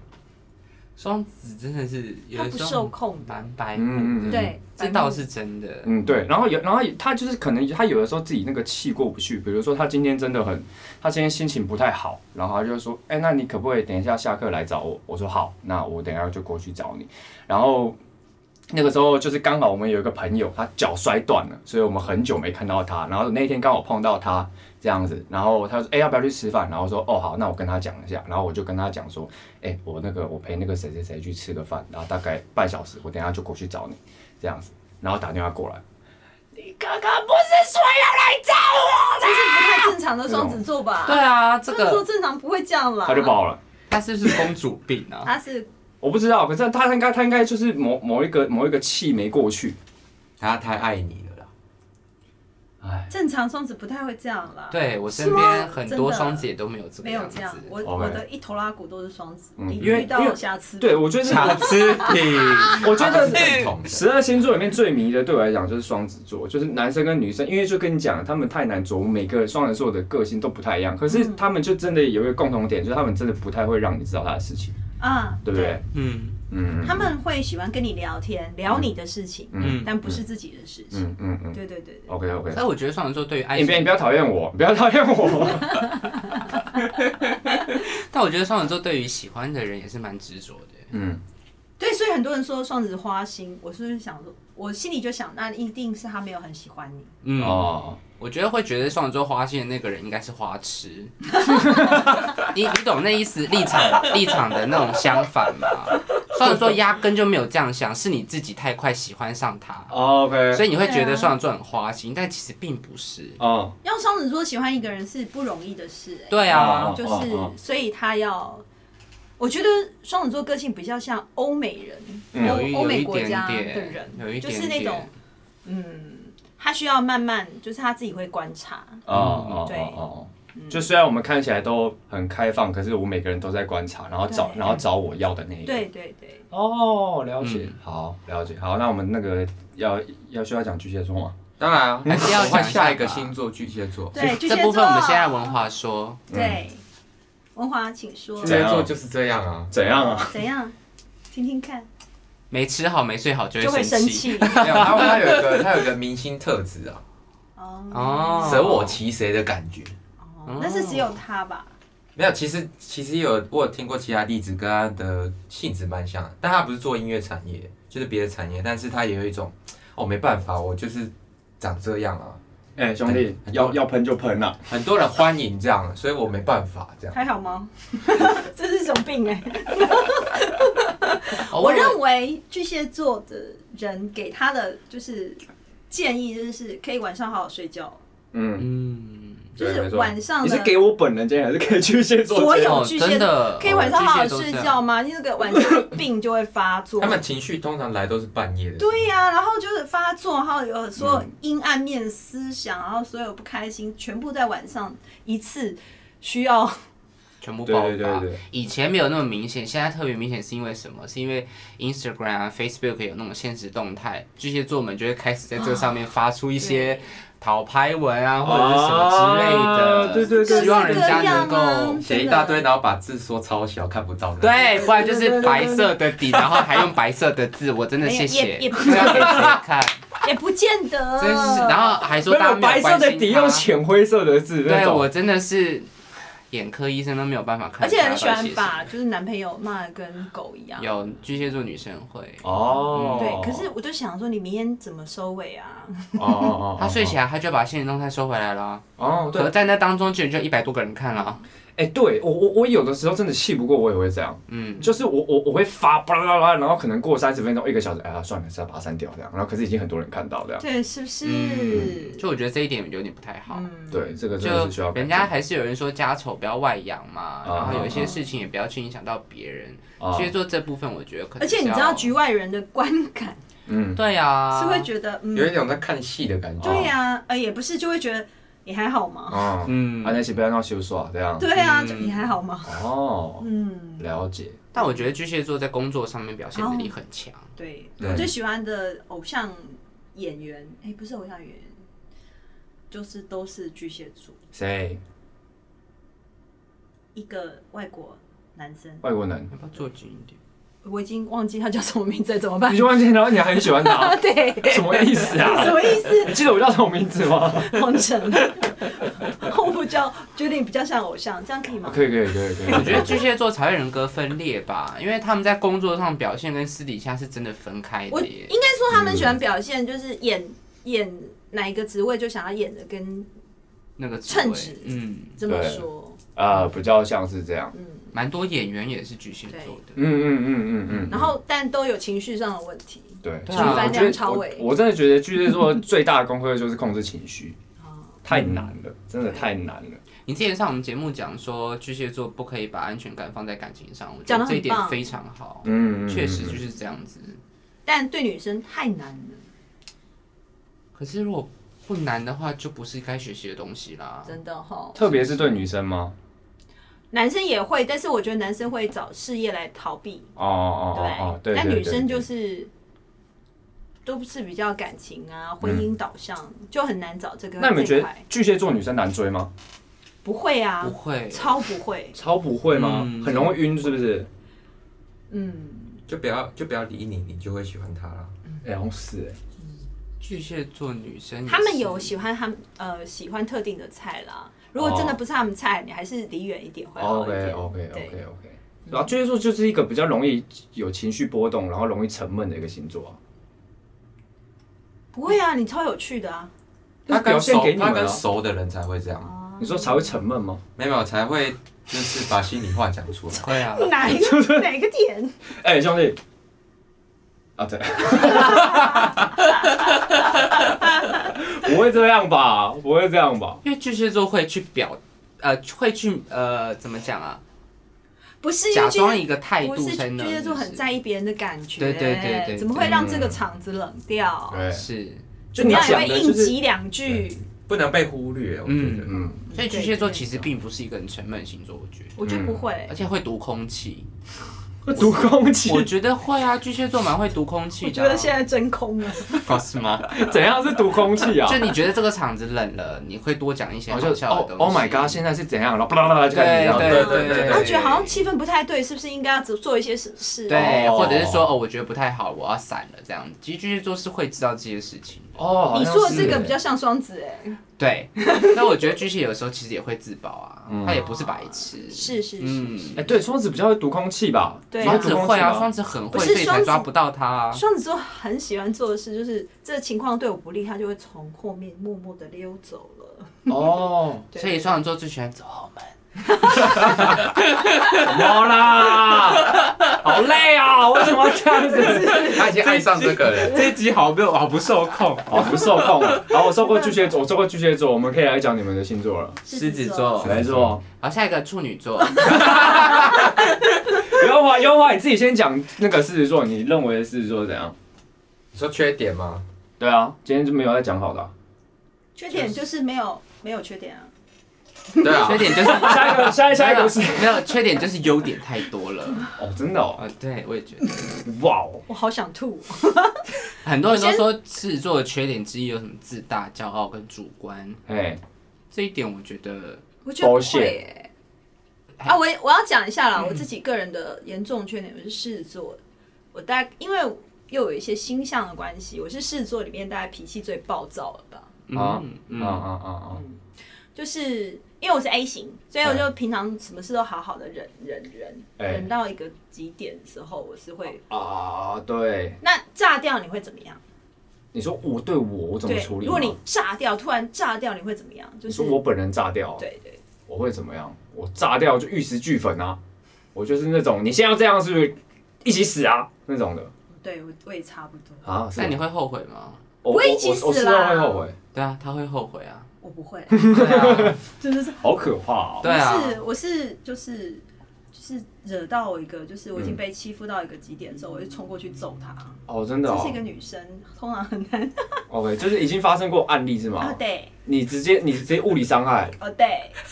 Speaker 5: 双子真的是有
Speaker 4: 他
Speaker 5: 的
Speaker 4: 不
Speaker 5: 时
Speaker 4: 受
Speaker 5: 候
Speaker 4: 控的，
Speaker 5: 蛮白
Speaker 1: 嗯嗯
Speaker 5: 目
Speaker 1: 嗯
Speaker 5: 的，
Speaker 4: 对，
Speaker 5: 这倒是真的。
Speaker 1: 嗯，对，然后有，然后他就是可能他有的时候自己那个气过不去，比如说他今天真的很，他今天心情不太好，然后他就说，哎，那你可不可以等一下下课来找我？我说好，那我等一下就过去找你。然后那个时候就是刚好我们有一个朋友，他脚摔断了，所以我们很久没看到他。然后那天刚好碰到他这样子，然后他说，哎，要不要去吃饭？然后说，哦，好，那我跟他讲一下。然后我就跟他讲说，哎，我那个我陪那个谁谁谁去吃个饭，然后大概半小时，我等一下就过去找你，这样子。然后打电话过来，你刚刚不是说要来找我
Speaker 4: 这是不太正常的双子座吧？
Speaker 5: 对，啊，这
Speaker 4: 双子座
Speaker 5: 个
Speaker 4: 正常不会这样啦。
Speaker 1: 他就爆了。
Speaker 5: 他是不是公主病
Speaker 4: *laughs*
Speaker 5: 啊？
Speaker 4: 他是
Speaker 1: 我不知道，可是他应该他应该就是某某一个某一个气没过去，
Speaker 2: 他太爱你了啦。
Speaker 1: 哎，
Speaker 4: 正常双子不太会这样啦。，
Speaker 5: 对我身
Speaker 4: 啊是吗
Speaker 5: 边很多
Speaker 4: 真的
Speaker 5: 双子也都没有这个
Speaker 4: 没有
Speaker 5: 样
Speaker 4: 这
Speaker 5: 子。
Speaker 4: 样。我
Speaker 1: OK
Speaker 4: 我的一头拉骨都是双子，
Speaker 1: 嗯
Speaker 4: 你
Speaker 1: 因为
Speaker 4: 遇
Speaker 1: 因
Speaker 4: 到
Speaker 1: 为
Speaker 4: 瑕疵，
Speaker 1: 对，我觉得是
Speaker 2: 瑕疵品，
Speaker 1: 我觉
Speaker 2: 他
Speaker 1: 得
Speaker 2: 是正统的
Speaker 1: 十二星座里面最迷的，对我来讲就是双子座，就是男生跟女生，因为就跟你讲，他们太难琢磨，每个双子座的个性都不太一样，可是他们就真的有一个共同点，就是他们真的不太会让你知道他的事情，
Speaker 4: 啊，
Speaker 1: 对不对？？
Speaker 5: *laughs* 嗯，
Speaker 1: 嗯，
Speaker 4: 他们会喜欢跟你聊天，聊你的事情，
Speaker 5: 嗯
Speaker 4: 但不是自己的事情。
Speaker 1: 嗯嗯嗯
Speaker 4: 对对对对，
Speaker 1: ，OK OK，
Speaker 5: 但我觉得双子座对于爱
Speaker 1: 你别你
Speaker 5: 情
Speaker 1: 不，要讨厌我，你不要讨厌我。
Speaker 5: 但我觉得双子座对于喜欢的人也是蛮执着的。
Speaker 1: 嗯，
Speaker 4: 对，所以以很多人说双子花心，我是不是想说，我心里就想，那一定是他没有很喜欢你。
Speaker 5: 嗯，
Speaker 1: 哦，
Speaker 5: 我觉得会觉得双子座花心的那个人应该是花痴， *laughs* 你你懂那意思立场立场的那种相反吗？双子座压根就没有这样想，是你自己太快喜欢上他，
Speaker 1: 哦 OK，
Speaker 5: 所以你会觉
Speaker 4: 对
Speaker 5: 得
Speaker 4: 啊
Speaker 5: 双子座很花心，但其实并不是。
Speaker 1: 哦，
Speaker 4: 要双子座喜欢一个人是不容易的事、欸，
Speaker 5: 对
Speaker 1: 哦
Speaker 5: 啊，
Speaker 4: 就
Speaker 1: 哦
Speaker 4: 是所以他要，我觉得双子座个性比较像欧美人，
Speaker 1: 嗯
Speaker 5: 有一
Speaker 4: 啊欧欧
Speaker 5: 有
Speaker 4: 美
Speaker 5: 一
Speaker 4: 国
Speaker 5: 点
Speaker 4: 家的
Speaker 5: 点
Speaker 4: 人，，
Speaker 5: 有一
Speaker 4: 就
Speaker 5: 点
Speaker 4: 是那种
Speaker 5: 点，
Speaker 4: 嗯，他需要慢慢，就是他自己会观察，嗯
Speaker 1: 哦哦
Speaker 4: 对
Speaker 1: 哦哦，就虽然我们看起来都很开放，可是我每个人都在观察，然后找
Speaker 4: 对
Speaker 1: 然后找我要的那一个。
Speaker 4: 对对对，
Speaker 1: 哦，了解
Speaker 5: 嗯，
Speaker 1: 好了解，好，那我们那个要要需要讲巨蟹座吗？
Speaker 2: 当然啊，
Speaker 5: 还是要
Speaker 2: 我换
Speaker 5: 讲一下
Speaker 2: 下一个
Speaker 5: 吧
Speaker 2: 星座巨蟹座，
Speaker 4: 对，巨
Speaker 5: 这
Speaker 4: 蟹
Speaker 5: 部分我们
Speaker 4: 座
Speaker 5: 现在嗯文华说，
Speaker 4: 对，文华请说
Speaker 2: 巨
Speaker 1: 怎
Speaker 2: 蟹
Speaker 1: 样
Speaker 2: 座就是这样啊。
Speaker 1: 怎样啊？
Speaker 4: 怎样，听听看，
Speaker 5: 没吃好没睡好就
Speaker 4: 就会
Speaker 5: 会
Speaker 4: 生
Speaker 5: 生气。
Speaker 4: 气
Speaker 2: 没有，他他有一个他有一个明星特质啊，
Speaker 4: 哦，
Speaker 5: 哦，
Speaker 2: 舍我其谁的感觉。
Speaker 4: 哦那是只有他吧？
Speaker 2: 没有，其实其实有我有听过其他例子，跟他的性质蛮像的，但他不是做音乐产业，就是别的产业，但是他也有一种，哦，没办法，我就是长这样啊，
Speaker 1: 哎，兄弟，
Speaker 2: 很
Speaker 1: 要要喷就喷啊呐！
Speaker 2: 很多人欢迎这样，所以我没办法这
Speaker 5: 嗯
Speaker 2: 样。
Speaker 4: 还
Speaker 5: *laughs*
Speaker 4: 好吗？这是一种病哎、
Speaker 5: 哦
Speaker 4: 我认为巨蟹座的人给他的就是建议，就是可以晚上好好睡觉，
Speaker 1: 嗯，
Speaker 5: 嗯，
Speaker 4: 就
Speaker 1: 对没
Speaker 4: 是
Speaker 1: 错
Speaker 4: 晚上
Speaker 1: 你是
Speaker 4: 的
Speaker 1: 给我本人建议，还是给巨蟹座建议？
Speaker 4: 所有
Speaker 5: 哦
Speaker 4: 巨蟹
Speaker 5: 真的
Speaker 4: 可以晚上好好睡。
Speaker 5: 哦巨蟹都这
Speaker 4: 觉
Speaker 5: 样
Speaker 4: 吗？你那个晚上病就会发作
Speaker 2: 他。们情绪通常来都是半夜的，
Speaker 4: 对呀、然后就是发作，然后有所
Speaker 5: 嗯
Speaker 4: 有阴暗面思想，然后所有不开心，全部在晚上一次需要 *laughs*
Speaker 5: 全部
Speaker 1: 对
Speaker 5: 爆发。
Speaker 1: 对对对
Speaker 5: 以前没有那么明显，现在特别明显，是因为什么？是因为 Instagram 啊、Facebook 有那种现实动态，巨蟹座们就会开始在这上面发出一些讨拍文啊，或者是什么之类的，
Speaker 1: 啊对对对
Speaker 5: 希望人家能
Speaker 4: 各式各样
Speaker 5: 够
Speaker 4: 啊。
Speaker 2: 写一大堆，然后把字缩超小，看不到的。，
Speaker 5: 对，不然就是白色的底，然后还用白色的字，我真的
Speaker 4: 没有
Speaker 5: 谢谢
Speaker 4: 也，哦也不
Speaker 5: 不要给谁
Speaker 4: *laughs*
Speaker 5: 看，
Speaker 4: 也不见得。
Speaker 5: 真是。然后还说
Speaker 1: *laughs* 没
Speaker 5: 大家
Speaker 1: 有白色的底用
Speaker 5: 用
Speaker 1: 浅灰色的字，那
Speaker 5: 对
Speaker 1: 种
Speaker 5: 我真的是眼科医生都没有办法看
Speaker 4: 而
Speaker 5: 出
Speaker 4: 且
Speaker 5: 来到底
Speaker 4: 很喜
Speaker 5: 写什么，
Speaker 4: 欢把就是男朋友骂得跟狗一样。
Speaker 5: 有巨蟹座女生会，
Speaker 1: 哦，
Speaker 4: 对，可是我就想说，你明天怎么收
Speaker 5: *laughs*
Speaker 4: 尾啊？
Speaker 1: 哦哦哦，
Speaker 5: 她睡起
Speaker 1: 来
Speaker 5: 来她就把现实动态收回来了啊，
Speaker 1: 哦，对
Speaker 5: 可，在那当中居然就一百多个人看了啊，
Speaker 1: 哎，对我我我有的时候真的气不过，我也会这样，
Speaker 5: 嗯，
Speaker 1: 就是我我我会发巴拉巴拉，然后可能过三十分钟一个小时，哎呀，算了，再把它删掉这样，然后可是已经很多人看到这样，
Speaker 4: 对，是不是？
Speaker 5: 嗯就我觉得这一点有点不太好。
Speaker 4: 嗯，
Speaker 1: 对，这个真的是需
Speaker 5: 就
Speaker 1: 要改
Speaker 5: 人
Speaker 1: 进
Speaker 5: 家还是有人说家丑不要外扬嘛，
Speaker 1: 啊
Speaker 5: 然后有一些事情也不要去影响到别人。
Speaker 1: 啊
Speaker 5: 巨蟹座这部分我觉得可能
Speaker 4: 而且
Speaker 5: 是
Speaker 4: 你
Speaker 5: 要
Speaker 4: 知道局外人的观感
Speaker 1: 嗯，
Speaker 5: 对啊，哦
Speaker 4: 是会觉得，嗯，
Speaker 2: 有一种在看戏的感觉。
Speaker 4: 对呀，呃，也不是，就会觉得你还好吗？
Speaker 1: 哦，
Speaker 5: 嗯
Speaker 1: 啊，，那起不要闹羞耍这样，
Speaker 4: 对啊，
Speaker 5: 嗯
Speaker 4: 就你还好吗？
Speaker 1: 哦，
Speaker 4: 嗯，
Speaker 1: 了解，
Speaker 5: 但我觉得巨蟹座在工作上面表现能力很强，
Speaker 4: 对，
Speaker 2: 对
Speaker 4: 我最喜欢的偶像演员，哎，不是偶像演员，就是都是巨蟹座，
Speaker 1: 谁？
Speaker 4: 一个外国男生，
Speaker 1: 外国人，
Speaker 5: 要不要坐紧一点？
Speaker 4: 我已经忘记他叫什么名字了，怎么办，
Speaker 1: 你？就忘记，然后你还很喜欢他
Speaker 5: *laughs*
Speaker 4: *laughs* 对，
Speaker 1: 什么意思
Speaker 4: 什
Speaker 1: 啊？
Speaker 4: 么意思？
Speaker 1: 你记得我叫什么名字吗？ *laughs*
Speaker 4: 荒城，我不叫，决定比较像偶像，这样可以吗？
Speaker 1: 可以可以可以可以，
Speaker 5: 我觉得巨蟹座才会人格分裂吧，因为他们在工作上表现跟私底下是真的分开
Speaker 4: 我
Speaker 5: 的
Speaker 4: 应
Speaker 5: 耶。
Speaker 4: 该说他们喜欢表现，就是演、演哪一个职位就想要演的跟
Speaker 5: 那个职
Speaker 4: 称
Speaker 5: 位
Speaker 4: 职
Speaker 5: 嗯，
Speaker 4: 这么
Speaker 1: 对
Speaker 4: 说，
Speaker 1: 啊，比较像是这样，
Speaker 4: 嗯，
Speaker 5: 蛮多演员也是巨蟹座的。
Speaker 1: 嗯嗯嗯嗯嗯，
Speaker 4: 然后但都有情绪上的问题，
Speaker 1: 对，
Speaker 5: 对
Speaker 1: 就是
Speaker 5: 啊
Speaker 1: 我
Speaker 4: 反
Speaker 1: 觉
Speaker 4: 梁
Speaker 1: 得
Speaker 4: 朝
Speaker 1: 我
Speaker 4: 伟
Speaker 1: 我真的觉得巨蟹座最大的功课就是控制情绪，
Speaker 4: 啊
Speaker 1: 太难了，真的太难了。
Speaker 5: 你之前上我们节目讲说巨蟹座不可以把安全感放在感情上，我觉
Speaker 4: 讲得
Speaker 5: 得
Speaker 4: 很
Speaker 5: 这一点
Speaker 4: 棒
Speaker 5: 非常好，
Speaker 1: 嗯，嗯
Speaker 5: 确实就。是这样子。
Speaker 4: 但对女生太难了，
Speaker 5: 可是如果不难的话，就不是该学习的东西啦。
Speaker 4: 真的哈。
Speaker 1: 特别是对女生吗？
Speaker 4: 男生也会，但是我觉得男生会找事业来逃避，
Speaker 1: 哦哦哦哦，对。
Speaker 4: 但
Speaker 1: 对
Speaker 4: 女生
Speaker 1: 对
Speaker 4: 就是。都是比较感情啊，婚姻导向，就很难找这个
Speaker 1: 那你们
Speaker 4: 这
Speaker 1: 觉
Speaker 4: 一
Speaker 1: 得
Speaker 4: 块。
Speaker 1: 巨蟹座女生难追吗？
Speaker 4: 不会啊，
Speaker 5: 不会，
Speaker 4: 超不会，
Speaker 1: 超不会吗？
Speaker 5: 嗯
Speaker 1: 很容易晕是不是？
Speaker 4: 嗯，
Speaker 2: 就不要就不要理你，你就会喜欢他了。
Speaker 1: 哎，好像是哎。
Speaker 5: 巨蟹座女生也
Speaker 4: 他们
Speaker 5: 是。
Speaker 4: 有喜欢他们呃喜欢特定的菜啦。如果真的不是他们菜，你还是离远一点会好
Speaker 1: 哦
Speaker 4: 一
Speaker 1: OK
Speaker 4: 点。
Speaker 1: OK OK
Speaker 4: 对
Speaker 1: OK。然后就是说，就是一个比较容易有情绪波动，然后容易沉闷的一个星座啊。
Speaker 4: 不会啊，你超有趣的啊！
Speaker 1: 他
Speaker 2: 他
Speaker 1: 表
Speaker 2: 跟
Speaker 1: 现
Speaker 2: 熟
Speaker 1: 给你
Speaker 2: 他
Speaker 1: 们了
Speaker 2: 跟，熟的人才会这样，
Speaker 1: 你说才会沉闷吗？
Speaker 2: 没有才会就是把心里话讲出来
Speaker 5: 会啊，
Speaker 4: 哪一个 *laughs* 哪个点？
Speaker 1: 哎、兄弟，啊 *laughs* 对，不会这样吧？不会这样吧？
Speaker 5: 因为巨蟹座会去表，呃，会去呃，怎么讲啊？
Speaker 4: 不是因
Speaker 5: 假
Speaker 4: 为巨
Speaker 5: 装一个态
Speaker 4: 不
Speaker 5: 度
Speaker 4: 是
Speaker 5: 才能。
Speaker 4: 巨蟹座很在意别人的感觉，
Speaker 5: 对对对对
Speaker 4: 怎么会让这个场子冷掉？
Speaker 1: 对，
Speaker 5: 是，
Speaker 1: 就
Speaker 4: 你
Speaker 1: 你
Speaker 4: 要也
Speaker 1: 讲
Speaker 4: 会
Speaker 1: 的
Speaker 4: 应
Speaker 1: 就是，
Speaker 4: 急两句，
Speaker 2: 不能被忽略，我觉得。
Speaker 1: 嗯，
Speaker 5: 所以巨蟹座其实并不是一个很沉闷的星座，我觉得，
Speaker 4: 我觉得不会
Speaker 5: 而。且会读空
Speaker 4: *laughs*
Speaker 5: 气。
Speaker 1: 读空气
Speaker 5: 我觉得会啊，巨蟹座蛮会读空气
Speaker 4: 我
Speaker 5: 的
Speaker 4: 觉
Speaker 5: 啊、
Speaker 4: 得现在真空了，
Speaker 1: *laughs*
Speaker 5: 在是吗？
Speaker 1: 怎样是读空气啊
Speaker 5: *laughs* 就？你觉得这个场子冷了，你会多讲一些
Speaker 1: 好
Speaker 5: 好
Speaker 1: 像
Speaker 5: 笑的
Speaker 1: 哦
Speaker 5: 东西。
Speaker 1: ，Oh my god，现在是怎样？然后啪啦啪啦就开始
Speaker 5: 对
Speaker 1: 这样
Speaker 5: *laughs* 对
Speaker 1: 对
Speaker 5: 对
Speaker 2: 对对对
Speaker 4: 然后觉得好像气氛不太对，是不是应该要做做一些事事？
Speaker 5: 对，
Speaker 1: 哦
Speaker 5: 或者是说哦，我觉得不太好，我要散了这样。其实巨蟹座是会知道这些事情的，
Speaker 1: 哦，好
Speaker 4: 你
Speaker 1: 像
Speaker 4: 说的
Speaker 1: 是
Speaker 4: 这个
Speaker 1: 欸
Speaker 4: 比较像双子
Speaker 5: 嗯
Speaker 4: 哎， *laughs*
Speaker 5: 对。那我觉得巨蟹有时候其实也会自保啊，他也不是白痴。
Speaker 4: 是是是，
Speaker 5: 嗯，
Speaker 1: 哎，对，双子比较会读空气吧？
Speaker 4: 对啊
Speaker 1: 双
Speaker 5: 双子
Speaker 1: 子
Speaker 5: 会啊，
Speaker 1: 吧
Speaker 5: 双子很会，
Speaker 4: 不是
Speaker 5: 所以
Speaker 4: 双
Speaker 5: 才
Speaker 4: 子
Speaker 5: 抓不到他啊。
Speaker 4: 双子座很喜欢做的事就是这个情况对我不利，他就会从后面默默的溜走
Speaker 5: *laughs*
Speaker 4: 了。 *laughs*
Speaker 1: 哦，
Speaker 4: 对
Speaker 5: 所以双子座最喜欢走后门。
Speaker 1: 怎么啦？ *laughs* 好累啊！为什么要这样子？
Speaker 2: 他已经爱上这个
Speaker 5: *laughs*
Speaker 2: 人，
Speaker 5: 这一集好没有，好不受
Speaker 4: *laughs*
Speaker 5: 控。
Speaker 1: 好不受控啊。好，我受过巨蟹座，我受过巨蟹座，我们可以来讲你们的星座了。
Speaker 5: 狮子座，
Speaker 1: 没错，
Speaker 5: 好，下一个处女座，
Speaker 1: 尤华，尤啊华，你自己先讲那个狮子座，你认为的狮子座怎样？
Speaker 2: 你说缺点吗？
Speaker 1: 对啊，今天就没有在讲好的啊、
Speaker 4: 缺点就是没有没有缺点啊，
Speaker 2: 对 *laughs* 啊
Speaker 5: 缺，点就
Speaker 1: *laughs*
Speaker 5: 是
Speaker 1: 下一个，下一下一个是
Speaker 5: *laughs* 没有缺点就是优点太多了
Speaker 1: *laughs* 哦，真的哦，
Speaker 5: 啊。对，我也觉得。
Speaker 1: 哇哦，
Speaker 4: 我好想吐。
Speaker 5: 很多人都说狮子座的缺点之一有什么自大、骄傲跟主观，
Speaker 1: 哎，
Speaker 5: 这一点我觉得
Speaker 4: 我觉得不
Speaker 1: Bullshit
Speaker 4: 会、欸。啊，我我要讲一下
Speaker 1: 嗯
Speaker 4: 啦，我自己个人的严重缺点，我是狮子座，我大概因为又有一些星象的关系，我是狮子座里面大概脾气最暴躁了吧，
Speaker 1: 啊
Speaker 5: 嗯
Speaker 1: 嗯
Speaker 5: 嗯，
Speaker 1: 嗯嗯
Speaker 4: 就是因为我是 A 型，所以我就平常什么事都好好的忍忍忍，
Speaker 1: 哎
Speaker 4: 忍到一个极点的时候，我是会。
Speaker 1: 嗯，啊，对，
Speaker 4: 那炸掉你会怎么样？
Speaker 1: 你说我对我我怎么
Speaker 4: 对，
Speaker 1: 处理
Speaker 4: 如
Speaker 1: 吗？
Speaker 4: 果你炸掉，突然炸掉，你会怎么样？就
Speaker 1: 你
Speaker 4: 是
Speaker 1: 说我本人炸掉，啊
Speaker 4: 对对，
Speaker 1: 我会怎么样？我炸掉就玉石俱焚啊！我就是那种你现在要这样是不是一起死啊那种的
Speaker 4: 对我我也差不多，
Speaker 1: 啊？是
Speaker 5: 那
Speaker 1: 吗
Speaker 5: 你会后悔吗？
Speaker 1: 我
Speaker 4: 不会
Speaker 1: 我
Speaker 4: 一起死
Speaker 1: 我我事后
Speaker 4: 啦
Speaker 1: 会后悔，
Speaker 5: 对啊，他会后悔啊。
Speaker 4: 我不
Speaker 1: *laughs*
Speaker 4: 会，
Speaker 5: 对 *laughs* 啊，
Speaker 4: 真的是
Speaker 1: 好可怕哦！
Speaker 5: 对啊
Speaker 4: 我是我是就是就是惹到我一个，就是我已经被欺负到一个极点之后，我就冲过去揍他。
Speaker 1: 哦，真的
Speaker 4: 这
Speaker 1: 哦
Speaker 4: 是一个女生，通常很难。
Speaker 1: ，OK，就是已经发生过案例是吗
Speaker 4: 哦？对，
Speaker 1: 你直接你直接物理伤害，
Speaker 4: 哦对，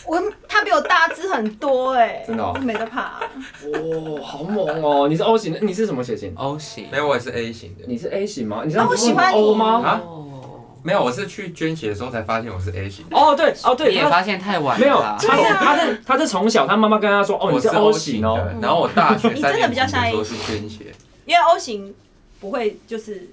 Speaker 4: 我她比我大只很多哎，
Speaker 1: 真的哦
Speaker 4: 我没得怕。
Speaker 1: 哇，好猛哦！你是 O 型的，你是什么血型？
Speaker 5: O 型
Speaker 2: 没有，我也是 A 型的。
Speaker 1: 你是 A 型吗？你知道
Speaker 4: 哦我喜欢你
Speaker 1: O 吗？
Speaker 2: 啊
Speaker 5: 哦，
Speaker 2: 没有，我是去捐血的时候才发现我是 A 型。
Speaker 1: 哦，对，哦对，
Speaker 5: 你也
Speaker 1: 他
Speaker 5: 发现太晚
Speaker 1: 没有，
Speaker 5: 了啦
Speaker 1: 他。是
Speaker 4: 啊
Speaker 1: 他是他是从小他妈妈跟他说，哦，你
Speaker 2: 我
Speaker 1: 是 O
Speaker 2: O
Speaker 1: 型
Speaker 2: 的
Speaker 1: 哦，
Speaker 2: 然后我大学
Speaker 4: 你真
Speaker 2: 三
Speaker 4: 的
Speaker 2: 年
Speaker 4: 比
Speaker 2: 级
Speaker 4: 较
Speaker 2: 的
Speaker 4: 像 A
Speaker 2: 时候是捐血，
Speaker 4: 因为 O 型不会就是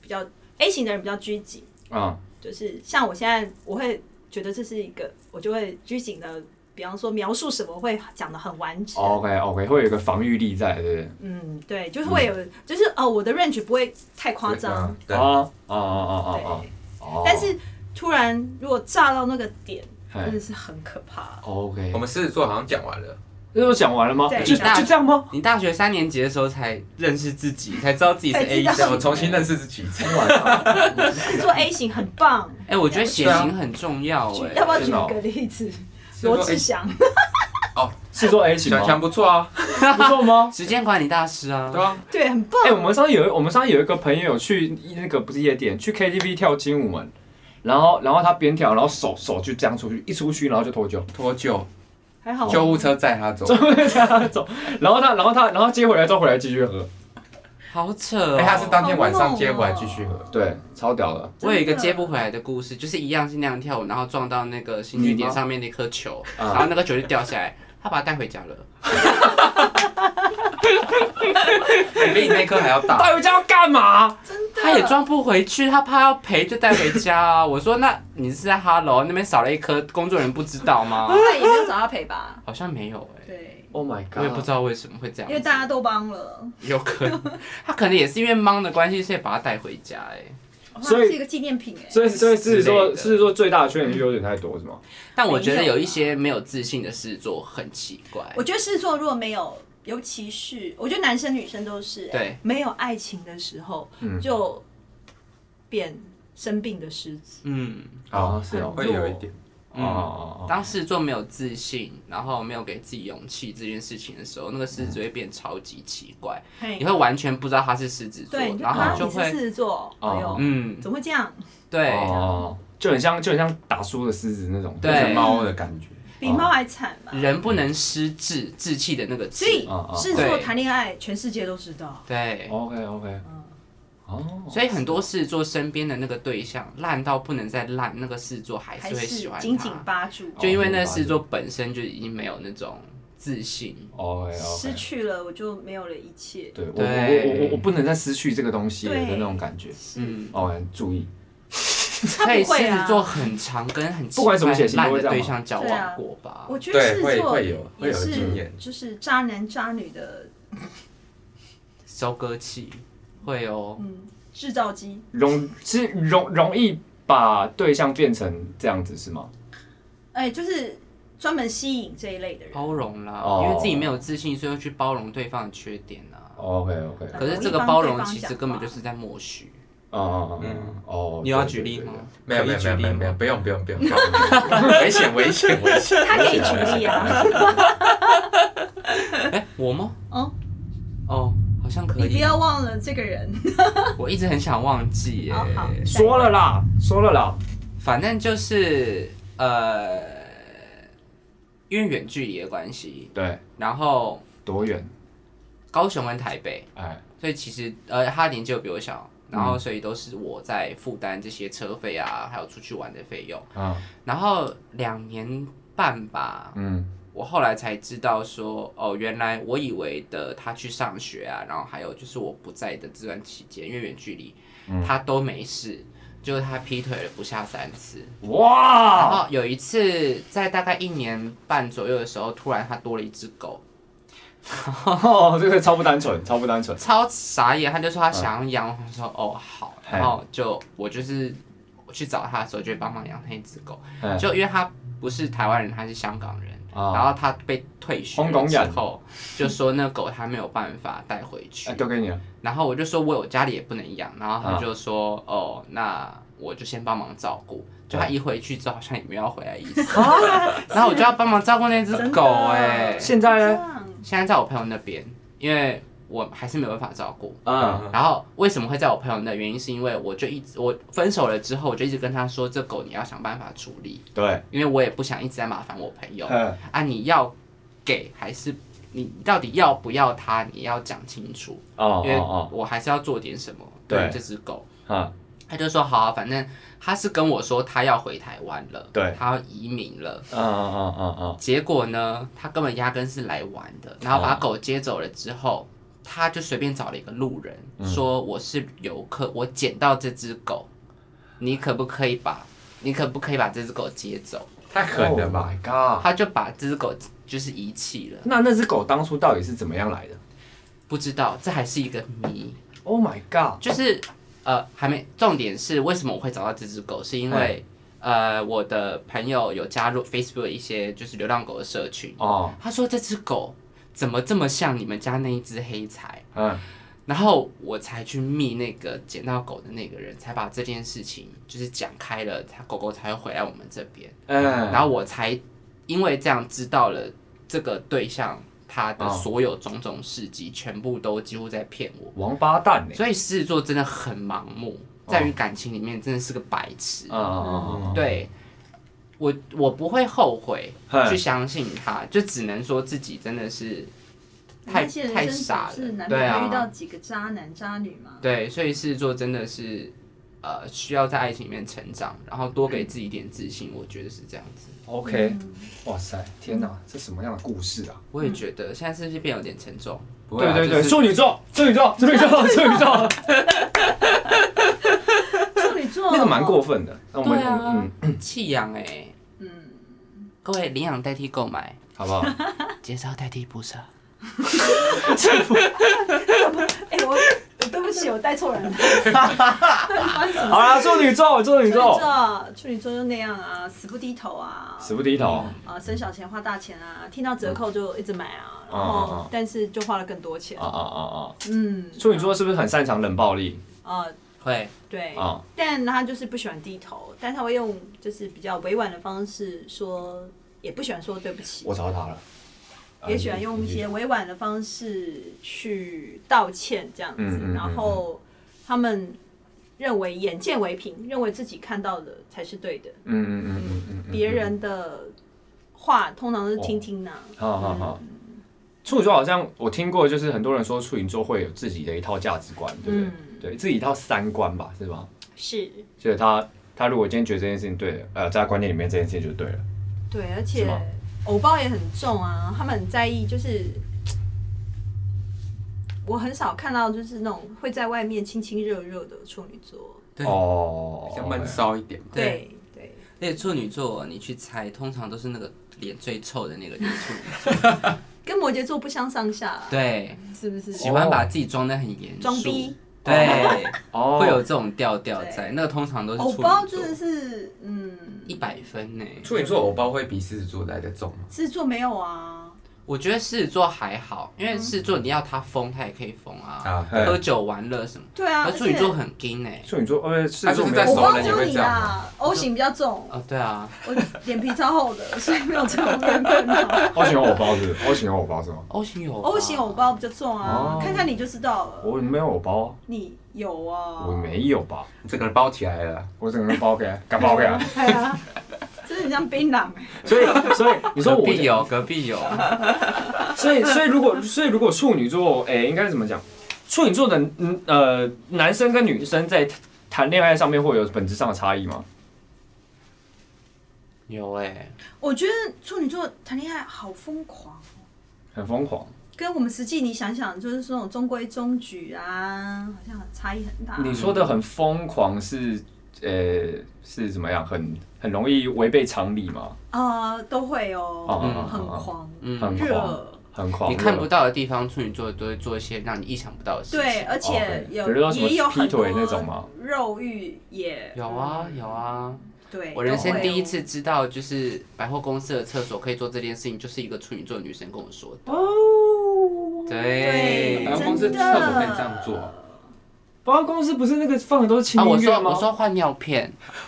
Speaker 4: 比较 A 型的人比较拘谨，
Speaker 1: 啊，
Speaker 4: 就是像我现在我会觉得这是一个，我就会拘谨的。比方说描述什么会讲的很完整
Speaker 1: OK OK，会有一哦个防御力在，对不对？
Speaker 4: 嗯，对，就是会有，就是哦，我的 range 不会太夸张，
Speaker 2: 对，嗯
Speaker 1: 啊啊啊啊
Speaker 4: 对
Speaker 1: 啊，啊！
Speaker 4: 但是嗯突然如果炸到那个点，
Speaker 1: 哎
Speaker 4: 真的是很可怕。
Speaker 1: OK，
Speaker 2: 我们狮子座好像讲完了，
Speaker 1: 那都讲完了吗？
Speaker 4: 对
Speaker 1: 就就
Speaker 5: 那
Speaker 1: 这样吗？
Speaker 5: 你大学三年级的时候才认识自己，才知道自己是
Speaker 4: 才知
Speaker 5: A
Speaker 4: 道
Speaker 5: 型。
Speaker 2: 我重新认识自己。
Speaker 4: 是做 A 型很棒，
Speaker 5: 哎，我觉得血
Speaker 2: 对啊
Speaker 5: 型很重要
Speaker 4: 举
Speaker 5: 哎。
Speaker 4: 要不要举
Speaker 1: 真的哦
Speaker 4: 一个例子？
Speaker 2: 是
Speaker 4: 罗
Speaker 2: 说
Speaker 4: 志祥，
Speaker 1: 是说 A 型
Speaker 2: 小强
Speaker 1: 吗？
Speaker 2: 不错啊，
Speaker 1: 不错吗？
Speaker 4: *laughs*
Speaker 5: 时间管理大师啊
Speaker 2: 对，啊，
Speaker 4: 对，很棒
Speaker 1: 哎、。我们上次有我们上次有一个朋友去那个不是夜店，去 KTV 跳精舞门，然后然后他边跳，然后手手就这样出去，一出去然后就脱臼，
Speaker 2: 脱臼，
Speaker 4: 还好
Speaker 2: 救护车载他走。
Speaker 1: 走，然后他然后他然后接回来之后回来继续
Speaker 2: 嗯
Speaker 1: 喝，
Speaker 5: 好扯哦
Speaker 2: 哎，他是当天晚上接回来继续喝，
Speaker 1: 对，超屌的
Speaker 5: 我有一个接不回来的故事，就是一样是那样跳舞，然后撞到那个新据点上面那颗球，
Speaker 1: 嗯
Speaker 5: 然后那个球就掉下来，他把它带回家了。
Speaker 2: 哎比你那颗还要大。啊
Speaker 1: 到底家要干嘛？
Speaker 4: 真的
Speaker 5: 他也装不回去，他怕要赔就带回家啊。我说那你是在哈喽那边少了一颗，工作人员不知道吗？
Speaker 4: 后来也没有找他赔吧？
Speaker 5: 好像没有哎、
Speaker 4: 对，
Speaker 1: Oh my
Speaker 5: 我也不
Speaker 1: god！
Speaker 5: 知道为什么会这样
Speaker 4: 因
Speaker 5: 子，
Speaker 4: 为大家都帮了，
Speaker 5: 有可能他可能也是因为忙的关系，所以把他带回家哎、
Speaker 4: 哇
Speaker 1: 所以
Speaker 4: 是一个纪念品哎、
Speaker 1: 所以所以狮子
Speaker 5: 之类
Speaker 1: 座，
Speaker 5: 的
Speaker 1: 狮子座最大的缺点是优点太多，是吗？
Speaker 5: 但我觉得有一些没有自信的事做很奇怪。
Speaker 4: 我觉得狮子座如果没有，尤其是我觉得男生女生都是、哎
Speaker 5: 对
Speaker 4: 没有爱情的时候，
Speaker 1: 嗯
Speaker 4: 就变生病的狮子。
Speaker 5: 嗯，
Speaker 1: 啊，是哦，
Speaker 2: 会有一点。
Speaker 1: 哦哦哦，
Speaker 5: 当事做没有自信，然后没有给自己勇气这件事情的时候，那个狮子会变超级奇怪，你
Speaker 4: 嘿，
Speaker 5: 会完全不知道他是狮子座
Speaker 4: 对，你，就
Speaker 5: 然
Speaker 4: 啊
Speaker 5: 后
Speaker 4: 你
Speaker 5: 就是会
Speaker 4: 狮子座，
Speaker 1: 哦
Speaker 4: 哎呦，
Speaker 5: 嗯，
Speaker 4: 怎么会这样？
Speaker 5: 对，
Speaker 1: 哦，就很像就很像打输的狮子那种，
Speaker 5: 对
Speaker 2: 是猫的感觉，
Speaker 4: 比猫还惨吧？
Speaker 5: 人不能失志，志气的那个志
Speaker 4: 所，以
Speaker 2: 啊
Speaker 1: 哦哦
Speaker 4: 狮子座
Speaker 5: 对
Speaker 4: 谈恋爱，全世界都知道。
Speaker 5: 对，
Speaker 1: OK OK，
Speaker 4: 嗯
Speaker 1: 哦，
Speaker 5: 所以很多狮子座身边的那个对象烂到不能再烂，那个狮子座还
Speaker 4: 还
Speaker 5: 是会喜
Speaker 4: 是
Speaker 5: 欢
Speaker 4: 紧紧
Speaker 5: 他，
Speaker 4: 扒住，
Speaker 5: 就因为那个狮子座本身就已经没有那种自信，
Speaker 1: OK
Speaker 4: 失
Speaker 1: OK，
Speaker 4: 去了我就没有了一切。
Speaker 1: 对我我
Speaker 5: 对
Speaker 1: 我我我不能再失去这个东西了
Speaker 4: 对
Speaker 1: 的那种感觉。
Speaker 5: *laughs* 嗯，
Speaker 1: 哦，注意，
Speaker 4: 他
Speaker 5: 所以
Speaker 4: 不会
Speaker 5: 狮
Speaker 4: 啊
Speaker 5: 子座很常跟很奇
Speaker 1: 不管怎么写
Speaker 5: 怪
Speaker 1: 信都
Speaker 5: 烂
Speaker 1: 会
Speaker 5: 的
Speaker 1: 这样
Speaker 5: 对
Speaker 1: 吗
Speaker 5: 象交
Speaker 4: 对啊
Speaker 5: 往过吧。
Speaker 4: 我觉得狮子
Speaker 2: 对
Speaker 4: 座
Speaker 2: 会会有会
Speaker 4: 也
Speaker 2: 有经
Speaker 4: 是
Speaker 2: 验
Speaker 4: 就是渣男渣女的
Speaker 5: 收割器会哦，
Speaker 4: 嗯制造机，
Speaker 1: 容是容容易把对象变成这样子是吗？
Speaker 4: 哎，就是专门吸引这一类的人。
Speaker 5: 包容啦，
Speaker 1: 哦
Speaker 5: 因为自己没有自信，所以会去包容对方的缺点啊。
Speaker 1: OK OK，
Speaker 4: 嗯
Speaker 5: 可是这个包容其实根本就是在默许。
Speaker 1: 哦
Speaker 2: 嗯
Speaker 1: 哦，
Speaker 5: 你要举例吗？
Speaker 2: 没有
Speaker 5: 可
Speaker 2: 没有
Speaker 5: 以
Speaker 2: 没
Speaker 5: 举
Speaker 2: 有
Speaker 5: 例
Speaker 2: 没有没有，
Speaker 5: 吗？
Speaker 2: 不用不用不用，不用危险危险危险，
Speaker 4: 他可以举例啊，
Speaker 5: 哎，我吗？
Speaker 4: 嗯，
Speaker 5: 哦，好像 *laughs* 可
Speaker 4: 你不
Speaker 5: 以。
Speaker 4: 要忘了这个人。
Speaker 5: 我一直很想忘记耶
Speaker 4: 好。好，下一位
Speaker 1: 说了啦，说了啦，
Speaker 5: 反正就是呃，因为远距离的关系，
Speaker 1: 对，
Speaker 5: 然后
Speaker 1: 多远？
Speaker 5: 高雄跟台北，
Speaker 1: 哎，
Speaker 5: 所以其实呃，他年纪又比我小，
Speaker 2: 嗯
Speaker 5: 然后所以都是我在负担这些车费啊，还有出去玩的费用。
Speaker 1: 啊，
Speaker 5: 然后两年半吧，
Speaker 1: 嗯，
Speaker 5: 我后来才知道说，哦，原来我以为的他去上学啊，然后还有就是我不在的这段期间，因为远距离，他都没事，就是他劈腿了不下三次。然
Speaker 1: 哇，
Speaker 5: 后有一次在大概一年半左右的时候，突然他多了一只狗，
Speaker 1: *laughs* 哦，这个超不单纯，超不单纯，
Speaker 5: 超傻眼，他就说他想要养，我说哦好，
Speaker 1: 嘿
Speaker 5: 然后就我就是我去找他的时候就会帮忙养那只狗，
Speaker 1: 哎，
Speaker 5: 就因为他不是台湾人，他是香港人，
Speaker 1: 啊
Speaker 5: 然后他被退学
Speaker 1: 香港
Speaker 5: 了
Speaker 1: 人
Speaker 5: 之后，就说那狗他没有办法带回去
Speaker 1: 哎，，丢给你了，
Speaker 5: 然后我就说我有家里也不能养，然后他就说、哦，那我就先帮忙照顾。
Speaker 1: 哎
Speaker 5: 就他一回去之后，好像也没有要回来意思， *laughs* 然后我就要帮忙照顾那只狗哎、
Speaker 1: 现在呢？
Speaker 5: 现在在我朋友那边，因为我还是没有办法照顾。
Speaker 1: 嗯，
Speaker 5: 然后为什么会在我朋友那？原因是因为我就一直我分手了之后，我就一直跟他说，这狗你要想办法处理，
Speaker 1: 对，
Speaker 5: 因为我也不想一直在麻烦我朋友
Speaker 1: 嗯
Speaker 5: 啊。你要给还是你到底要不要它？你要讲清楚，
Speaker 1: 哦
Speaker 5: 因为
Speaker 1: 哦
Speaker 5: 我还是要做点什么
Speaker 1: 对
Speaker 5: 对这只狗。
Speaker 1: 哦，啊，
Speaker 5: 他就说好啊、反正他是跟我说他要回台湾了，
Speaker 1: 对
Speaker 5: 他要移民了。
Speaker 1: 嗯嗯嗯嗯嗯，
Speaker 5: 结果呢，他根本压根是来玩的，然后把
Speaker 1: 哦
Speaker 5: 狗接走了之后，他就随便找了一个路人，
Speaker 1: 嗯
Speaker 5: 说我是游客，我捡到这只狗，你可不可以把，你可不可以把这只狗接走？
Speaker 2: 太狠了吧！
Speaker 1: ？My God！
Speaker 5: 他就把这只狗就是遗弃了，
Speaker 1: 那那只狗当初到底是怎么样来的
Speaker 5: 不知道这还是一个谜，
Speaker 1: ？Oh my God！
Speaker 5: 就是呃还没，重点是为什么我会找到这只狗，是因为。呃，我的朋友有加入 Facebook 一些就是流浪狗的社群，
Speaker 1: 哦，
Speaker 5: 他说这只狗怎么这么像你们家那一只黑柴？
Speaker 1: 嗯，
Speaker 5: 然后我才去密那个捡到狗的那个人，才把这件事情就是讲开了，他狗狗才会回来我们这边。
Speaker 1: 嗯，
Speaker 5: 然后我才因为这样知道了这个对象他的
Speaker 1: 哦
Speaker 5: 所有种种事迹，全部都几乎在骗我。
Speaker 1: 王八蛋呢？
Speaker 5: 所以狮子座真的很盲目，
Speaker 1: 哦
Speaker 5: 在于感情里面真的是个白痴。
Speaker 1: 嗯嗯嗯
Speaker 5: 对我，我不会后悔
Speaker 1: 嗯，
Speaker 5: 去相信他，就只能说自己真的是太
Speaker 4: 那些人
Speaker 5: 太傻
Speaker 4: 生
Speaker 5: 了
Speaker 4: 总是，难
Speaker 5: 对
Speaker 4: 免会遇到
Speaker 5: 啊，
Speaker 4: 几个渣男渣女嘛。
Speaker 5: 对，所以狮子座真的是呃需要在爱情里面成长，然后多给自己一点自信，我觉得是这样子。
Speaker 4: 嗯
Speaker 1: ，OK，哇
Speaker 5: 嗯
Speaker 1: 塞，天哪，这什么样的故事啊？
Speaker 5: 我也觉得现在是不是变有点沉重？
Speaker 2: 不会
Speaker 1: 对
Speaker 2: 啊
Speaker 1: 对对，
Speaker 2: 就
Speaker 1: *laughs*
Speaker 2: 是
Speaker 1: 处女座，处女座，处女座，处女座，个蛮过分的。那我们
Speaker 5: 对啊
Speaker 1: 嗯，
Speaker 5: 弃养哎，
Speaker 4: 嗯，
Speaker 5: 各位领养代替购买，
Speaker 1: 好
Speaker 4: *laughs*
Speaker 1: 不好？
Speaker 5: 介绍代替不舍。
Speaker 4: *laughs* 哎、我我对不起，我带
Speaker 1: *laughs*
Speaker 4: 错人了。
Speaker 1: 好啦，处女座，处女
Speaker 4: 处女
Speaker 1: 座，
Speaker 4: 座，处女座就那样啊，死不低头啊，
Speaker 1: 死不低头。
Speaker 4: 啊，生小钱花大钱啊，听到折扣就一直买啊，然
Speaker 1: 啊啊
Speaker 4: 后
Speaker 1: 啊
Speaker 4: 但是就花了更多钱
Speaker 1: 啊。啊啊啊！
Speaker 4: 嗯，
Speaker 1: 处女座是不是很擅长冷暴力
Speaker 4: 啊，
Speaker 5: 会，
Speaker 4: 对，
Speaker 1: 啊？
Speaker 4: 但他就是不喜欢低头，但他会用就是比较委婉的方式说，也不喜欢说对不起，
Speaker 1: 我找到他了。嗯
Speaker 4: 也喜欢用一些委婉的方式去道歉这样子，
Speaker 1: 嗯嗯嗯嗯
Speaker 4: 然后他们认为眼见为凭，认为自己看到的才是对的，
Speaker 1: 嗯嗯嗯嗯嗯，哦嗯
Speaker 4: 别。人的话通常都是听听呐、
Speaker 1: 好好好。
Speaker 4: 嗯
Speaker 1: 处女座好像我听过，就是很多人说处女座会有自己的一套价值观，对不对？
Speaker 4: 嗯
Speaker 1: 对自己一套三观吧，是吧？
Speaker 4: 是
Speaker 1: 所以他他如果今天觉得这件事情对了，呃，在他观念里面这件事情就对了。
Speaker 4: 对，而
Speaker 1: 是
Speaker 4: 且
Speaker 1: 吗
Speaker 4: 偶包也很重啊，他们很在意，就是我很少看到就是那种会在外面亲亲热热的处女座，
Speaker 5: 对
Speaker 1: 哦
Speaker 2: 比，较闷骚一点嘛。
Speaker 5: 对
Speaker 4: 对
Speaker 5: 而
Speaker 4: 对，
Speaker 5: 且处女座你去猜，通常都是那个脸最臭的那个人 *laughs* 处女。
Speaker 4: 跟摩羯座不相上下啦，
Speaker 5: 对，
Speaker 4: 是不是？
Speaker 5: 喜欢把自己装得很严肃。
Speaker 4: 装逼。
Speaker 5: 对，
Speaker 1: 哦，
Speaker 5: 会有这种调调在，那个通常都是
Speaker 4: 偶
Speaker 5: 处
Speaker 4: 包
Speaker 5: 女
Speaker 4: 真
Speaker 5: 座。
Speaker 4: 的是，嗯，
Speaker 5: 一百分欸呢、
Speaker 2: 处女座偶包会比狮子座来的重吗？
Speaker 4: 狮子座没有啊，
Speaker 5: 我觉得狮子座还好，因为狮子座你要他疯，他也可以疯啊，
Speaker 2: 啊，
Speaker 1: 对
Speaker 5: 喝酒玩乐什么。
Speaker 4: 对啊，
Speaker 5: 而
Speaker 4: 而
Speaker 5: 处女座
Speaker 4: 且
Speaker 5: 很硬哎、
Speaker 1: 处女座，呃，是
Speaker 2: 他就是在
Speaker 4: 偶
Speaker 2: 熟
Speaker 4: 包
Speaker 2: 人也
Speaker 4: 只有
Speaker 2: 会
Speaker 4: 你
Speaker 2: 这样
Speaker 4: 啦，O 型比较重，
Speaker 5: 哦，对啊，
Speaker 4: 我脸皮超厚的，所以没有这种人困扰。
Speaker 1: *laughs* O 型偶包是不是 O 型偶包是吗？
Speaker 5: O 型哦有
Speaker 4: O 型哦偶包比较重
Speaker 1: 哦，
Speaker 4: 啊看看你就知道了。
Speaker 1: 我没有偶包
Speaker 4: 你有啊？
Speaker 1: 啊，我没有吧？
Speaker 2: 你整个人包起来了，
Speaker 1: 我整个 *laughs* 包给他，敢包给他。
Speaker 4: 对啊，真的很像槟榔欸。
Speaker 1: 所以所以你说
Speaker 5: 隔
Speaker 1: 我
Speaker 5: 壁有，隔壁有，
Speaker 1: 所以所以如果所以如果处女座，哎、应该怎么讲？处女座的嗯呃男生跟女生在谈恋爱上面会有本质上的差异吗？
Speaker 5: 有哎、
Speaker 4: 我觉得处女座谈恋爱好疯狂，
Speaker 1: 很疯狂。
Speaker 4: 跟我们实际你想想，就是说那种中规中矩啊，好像差异很大。
Speaker 1: 你说的很疯狂是呃是怎么样？很很容易违背常理吗？
Speaker 4: 啊、都会
Speaker 1: 哦
Speaker 4: 哦，
Speaker 1: 哦
Speaker 4: 很
Speaker 1: 哦
Speaker 4: 狂，
Speaker 1: 哦，很
Speaker 5: 嗯，
Speaker 1: 狂，
Speaker 4: 热，
Speaker 1: 很狂。
Speaker 5: 你看不到的地方，处女座都会做一些让你意想不到的事情。
Speaker 4: 对，而
Speaker 1: 哦
Speaker 4: 且
Speaker 1: OK，
Speaker 4: 有、
Speaker 1: 比如说什么
Speaker 4: 也有
Speaker 1: 劈
Speaker 4: 很多
Speaker 1: 腿那种吗
Speaker 4: 肉欲也
Speaker 5: 有啊，有啊，
Speaker 4: 对，
Speaker 5: 我人
Speaker 4: 都
Speaker 5: 生
Speaker 4: 会
Speaker 5: 第一
Speaker 4: 哦
Speaker 5: 次知道，就是百货公司的厕所可以做这件事情，就是一个处女座女生跟我说的。
Speaker 1: 哦，
Speaker 5: 对哎
Speaker 4: 对，
Speaker 2: 百货
Speaker 4: 真
Speaker 2: 公司
Speaker 4: 的
Speaker 2: 厕所可以这样做
Speaker 1: 保安公司不是那个放很多情
Speaker 5: 啊，我
Speaker 1: 音乐
Speaker 5: 说
Speaker 1: 吗？
Speaker 5: 我说换尿片， *laughs*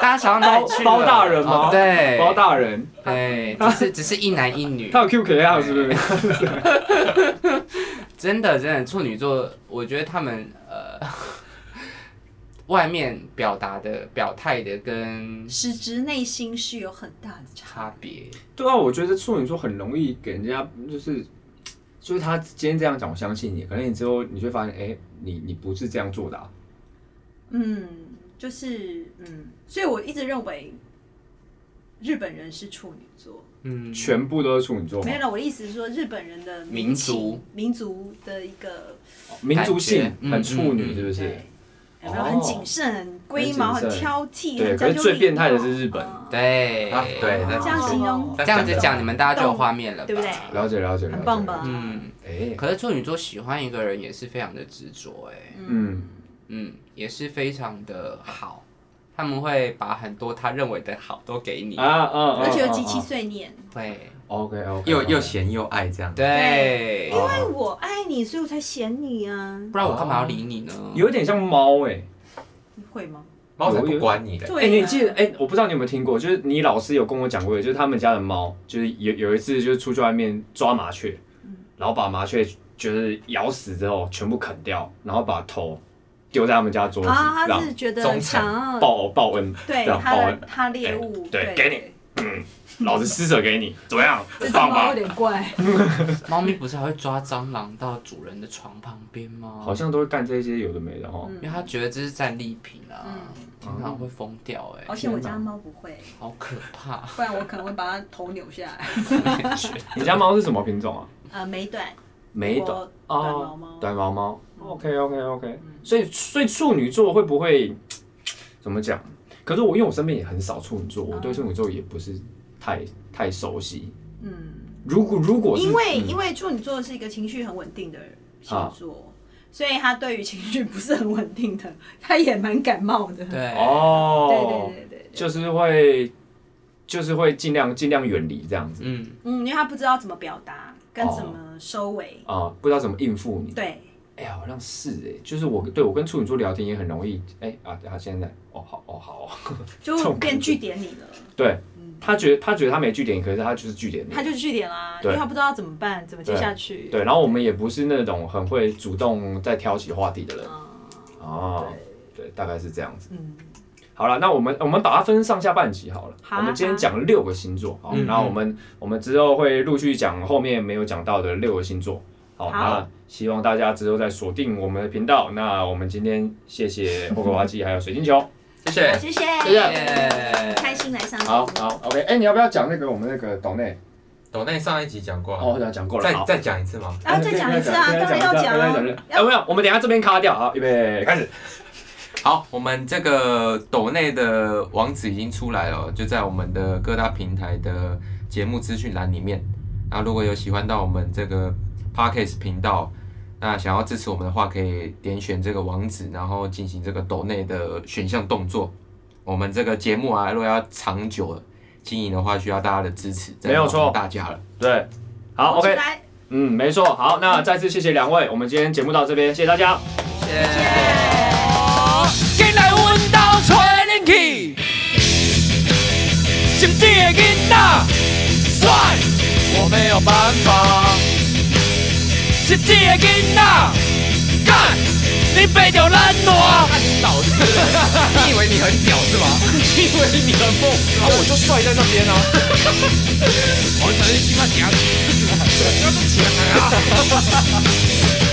Speaker 5: 大家想到哪里去了
Speaker 1: 包包大人吗
Speaker 5: 哦对，
Speaker 1: 包大人，
Speaker 5: 对，只是只是一男一女
Speaker 2: *laughs*
Speaker 1: 他，有 QK 啊，是不是？
Speaker 5: 真的真的处女座，我觉得他们呃， *laughs* 外面表达的表态的跟
Speaker 4: 实质内心是有很大的差
Speaker 5: 差别，
Speaker 1: 对啊，我觉得处女座很容易给人家就是，就是他今天这样讲，我相信你，可能你之后你就会发现，哎、你你不是这样做的、啊，
Speaker 4: 嗯，就是嗯，所以我一直认为日本人是处女座。
Speaker 5: 嗯，
Speaker 1: 全部都是处女座嘛
Speaker 4: 没有，了，我的意思是说日本人的
Speaker 5: 民
Speaker 4: 情
Speaker 5: 族
Speaker 4: 民族的一个
Speaker 1: 民族性
Speaker 5: 感觉
Speaker 1: 很处
Speaker 5: 嗯嗯
Speaker 1: 女，
Speaker 5: 嗯
Speaker 1: 是不是？
Speaker 4: 对，有没有
Speaker 1: 哦
Speaker 4: 很谨慎、很龟毛、
Speaker 1: 很谨
Speaker 4: 很
Speaker 1: 慎
Speaker 4: 挑剔？
Speaker 1: 对
Speaker 4: 很
Speaker 1: 可是
Speaker 4: 讲究
Speaker 1: 最
Speaker 4: 礼
Speaker 1: 变态的
Speaker 4: 貌
Speaker 1: 是日本哦
Speaker 4: 啊
Speaker 5: 对
Speaker 2: 啊，对，那
Speaker 4: 这样形容
Speaker 5: 这样子讲你们大家就有
Speaker 4: 懂
Speaker 5: 画面了吧，
Speaker 4: 对不对？
Speaker 1: 了解了解，了解
Speaker 4: 很棒吧？？
Speaker 5: 嗯，
Speaker 1: 哎、
Speaker 5: 可是处女座喜欢一个人也是非常的执着，哎，
Speaker 1: 嗯，
Speaker 5: 嗯，也是非常的好，他们会把很多他认为的好都给你，
Speaker 1: 啊啊，
Speaker 4: 而且有极其碎念，
Speaker 5: 对
Speaker 1: OK OK，
Speaker 2: 又又闲又爱这样。
Speaker 5: 对，
Speaker 1: 哦
Speaker 4: 因为我爱你，所以我才嫌你啊。
Speaker 5: 不然我干嘛要理你呢？
Speaker 1: 有点像猫哎、欸
Speaker 4: 你会吗？
Speaker 2: 猫才不管你的，
Speaker 1: 哎、
Speaker 4: 对啊，
Speaker 1: 你记得哎、我不知道你有没有听过，就是你老师有跟我讲过，就是他们家的猫，就是有有一次就是出去外面抓麻雀，
Speaker 4: 嗯
Speaker 1: 然后把麻雀就是咬死之后全部啃掉，然后把头丢在他们家桌子，
Speaker 4: 啊，他
Speaker 1: 让
Speaker 4: 是觉得
Speaker 2: 忠诚
Speaker 4: 想要
Speaker 1: 报报恩，
Speaker 4: 对
Speaker 1: 这样
Speaker 4: 他
Speaker 1: 报
Speaker 4: 的
Speaker 1: 恩，
Speaker 4: 他猎物，
Speaker 1: 哎对给你老子施舍给你，怎么样
Speaker 4: 这？只
Speaker 1: 棒
Speaker 4: 猫有
Speaker 1: 吧？
Speaker 4: 点怪，
Speaker 5: 猫咪不是还会抓蟑螂到主人的床旁边吗？
Speaker 1: 好，像都会干这些有的没的哈。
Speaker 5: 因为它觉得这是战利品啊，
Speaker 4: 嗯
Speaker 5: 经常会疯掉哎、
Speaker 4: 而且我家猫不会，
Speaker 5: 好可怕。
Speaker 1: *laughs*
Speaker 4: 不然我可能会把它头扭下来。
Speaker 1: 你家猫是什么品种啊？
Speaker 4: 呃，美短，
Speaker 1: 美短
Speaker 4: 我短
Speaker 1: 哦，
Speaker 4: 毛猫，
Speaker 1: 短毛猫。
Speaker 4: 嗯
Speaker 1: OK OK OK，所以所以处女座会不会怎么讲？可是我因为我身边也很少处女座，我对处女座也不是太太熟悉。
Speaker 4: 嗯，
Speaker 1: 如果如果是
Speaker 4: 因为
Speaker 1: 嗯啊
Speaker 4: 因为处女座是一个情绪很稳定的星座，所以他对于情绪不是很稳定的，他也蛮感冒的。对
Speaker 5: 对，
Speaker 1: 哦，
Speaker 4: 对对对对，
Speaker 1: 就是会就是会尽量尽量远离这样子
Speaker 5: 嗯，
Speaker 4: 嗯，因为他不知道怎么表达跟
Speaker 1: 哦
Speaker 4: 怎么收尾。
Speaker 1: 啊、不知道怎么应付你。
Speaker 4: 对，
Speaker 1: 哎、呀，好像是哎、就是我对我跟处女座聊天也很容易哎、啊啊，现在哦好哦好哦，这
Speaker 4: 就
Speaker 1: 种感
Speaker 4: 变
Speaker 1: 觉
Speaker 4: 据点你了，
Speaker 1: 对他觉得他觉得他没据点，可是他就是据点你。
Speaker 4: 他就据点啦，因
Speaker 1: 对
Speaker 4: 为他不知道怎么办，怎么接下去。
Speaker 1: 对，然后我们也不是那种很会主动在挑起话题的人。
Speaker 4: 嗯，
Speaker 1: 哦，对，大概是这样子。
Speaker 4: 嗯，
Speaker 1: 好了，那我们我们把它分上下半集好了。
Speaker 4: 好啊
Speaker 1: 我们今天讲六个星座，好，
Speaker 5: 嗯
Speaker 1: 那我们我们之后会陆续讲后面没有讲到的六个星座。好，
Speaker 4: 好
Speaker 1: 那希望大家之后再锁定我们的频道。那我们今天谢谢霍格娃基还有水晶球。
Speaker 2: 谢谢
Speaker 4: 好，。谢谢，
Speaker 1: 谢谢
Speaker 5: 耶
Speaker 4: 开心来上节目
Speaker 1: 好好，OK，哎、你要不要讲那个我们那个岛内？
Speaker 2: 抖内上一集讲过啊，
Speaker 1: 哦，我讲讲过了。
Speaker 2: 再
Speaker 1: 好
Speaker 2: 再讲一次吗？
Speaker 4: 然后再讲一次啊，当然要讲
Speaker 1: 再讲一次再，
Speaker 4: 啊
Speaker 1: 讲。哎，没有，我们等一下这边卡掉，好，预备开始。
Speaker 2: 好，我们这个抖内的网址已经出来了，就在我们的各大平台的节目资讯栏里面。那如果有喜欢到我们这个 Podcast 频道，那想要支持我们的话，可以点选这个网址，然后进行这个抖内的选项动作。我们这个节目啊，如果要长久经营的话，需要大家的支持，
Speaker 1: 没有错
Speaker 2: 再麻烦大家了。
Speaker 1: 对，好，OK，
Speaker 4: 拜
Speaker 1: 嗯，没错。好，那再次谢谢两位，我们今天节目到这边，谢谢大家。
Speaker 7: 进来阮兜找恁去，心机的囡仔，帅，我没有办法。心机的囡仔，干，你背着咱烂。
Speaker 2: 你以为你很屌是吗？你以为你很猛？啊，我就帅在那边啊。
Speaker 7: 我才是鸡巴强，我都强啊！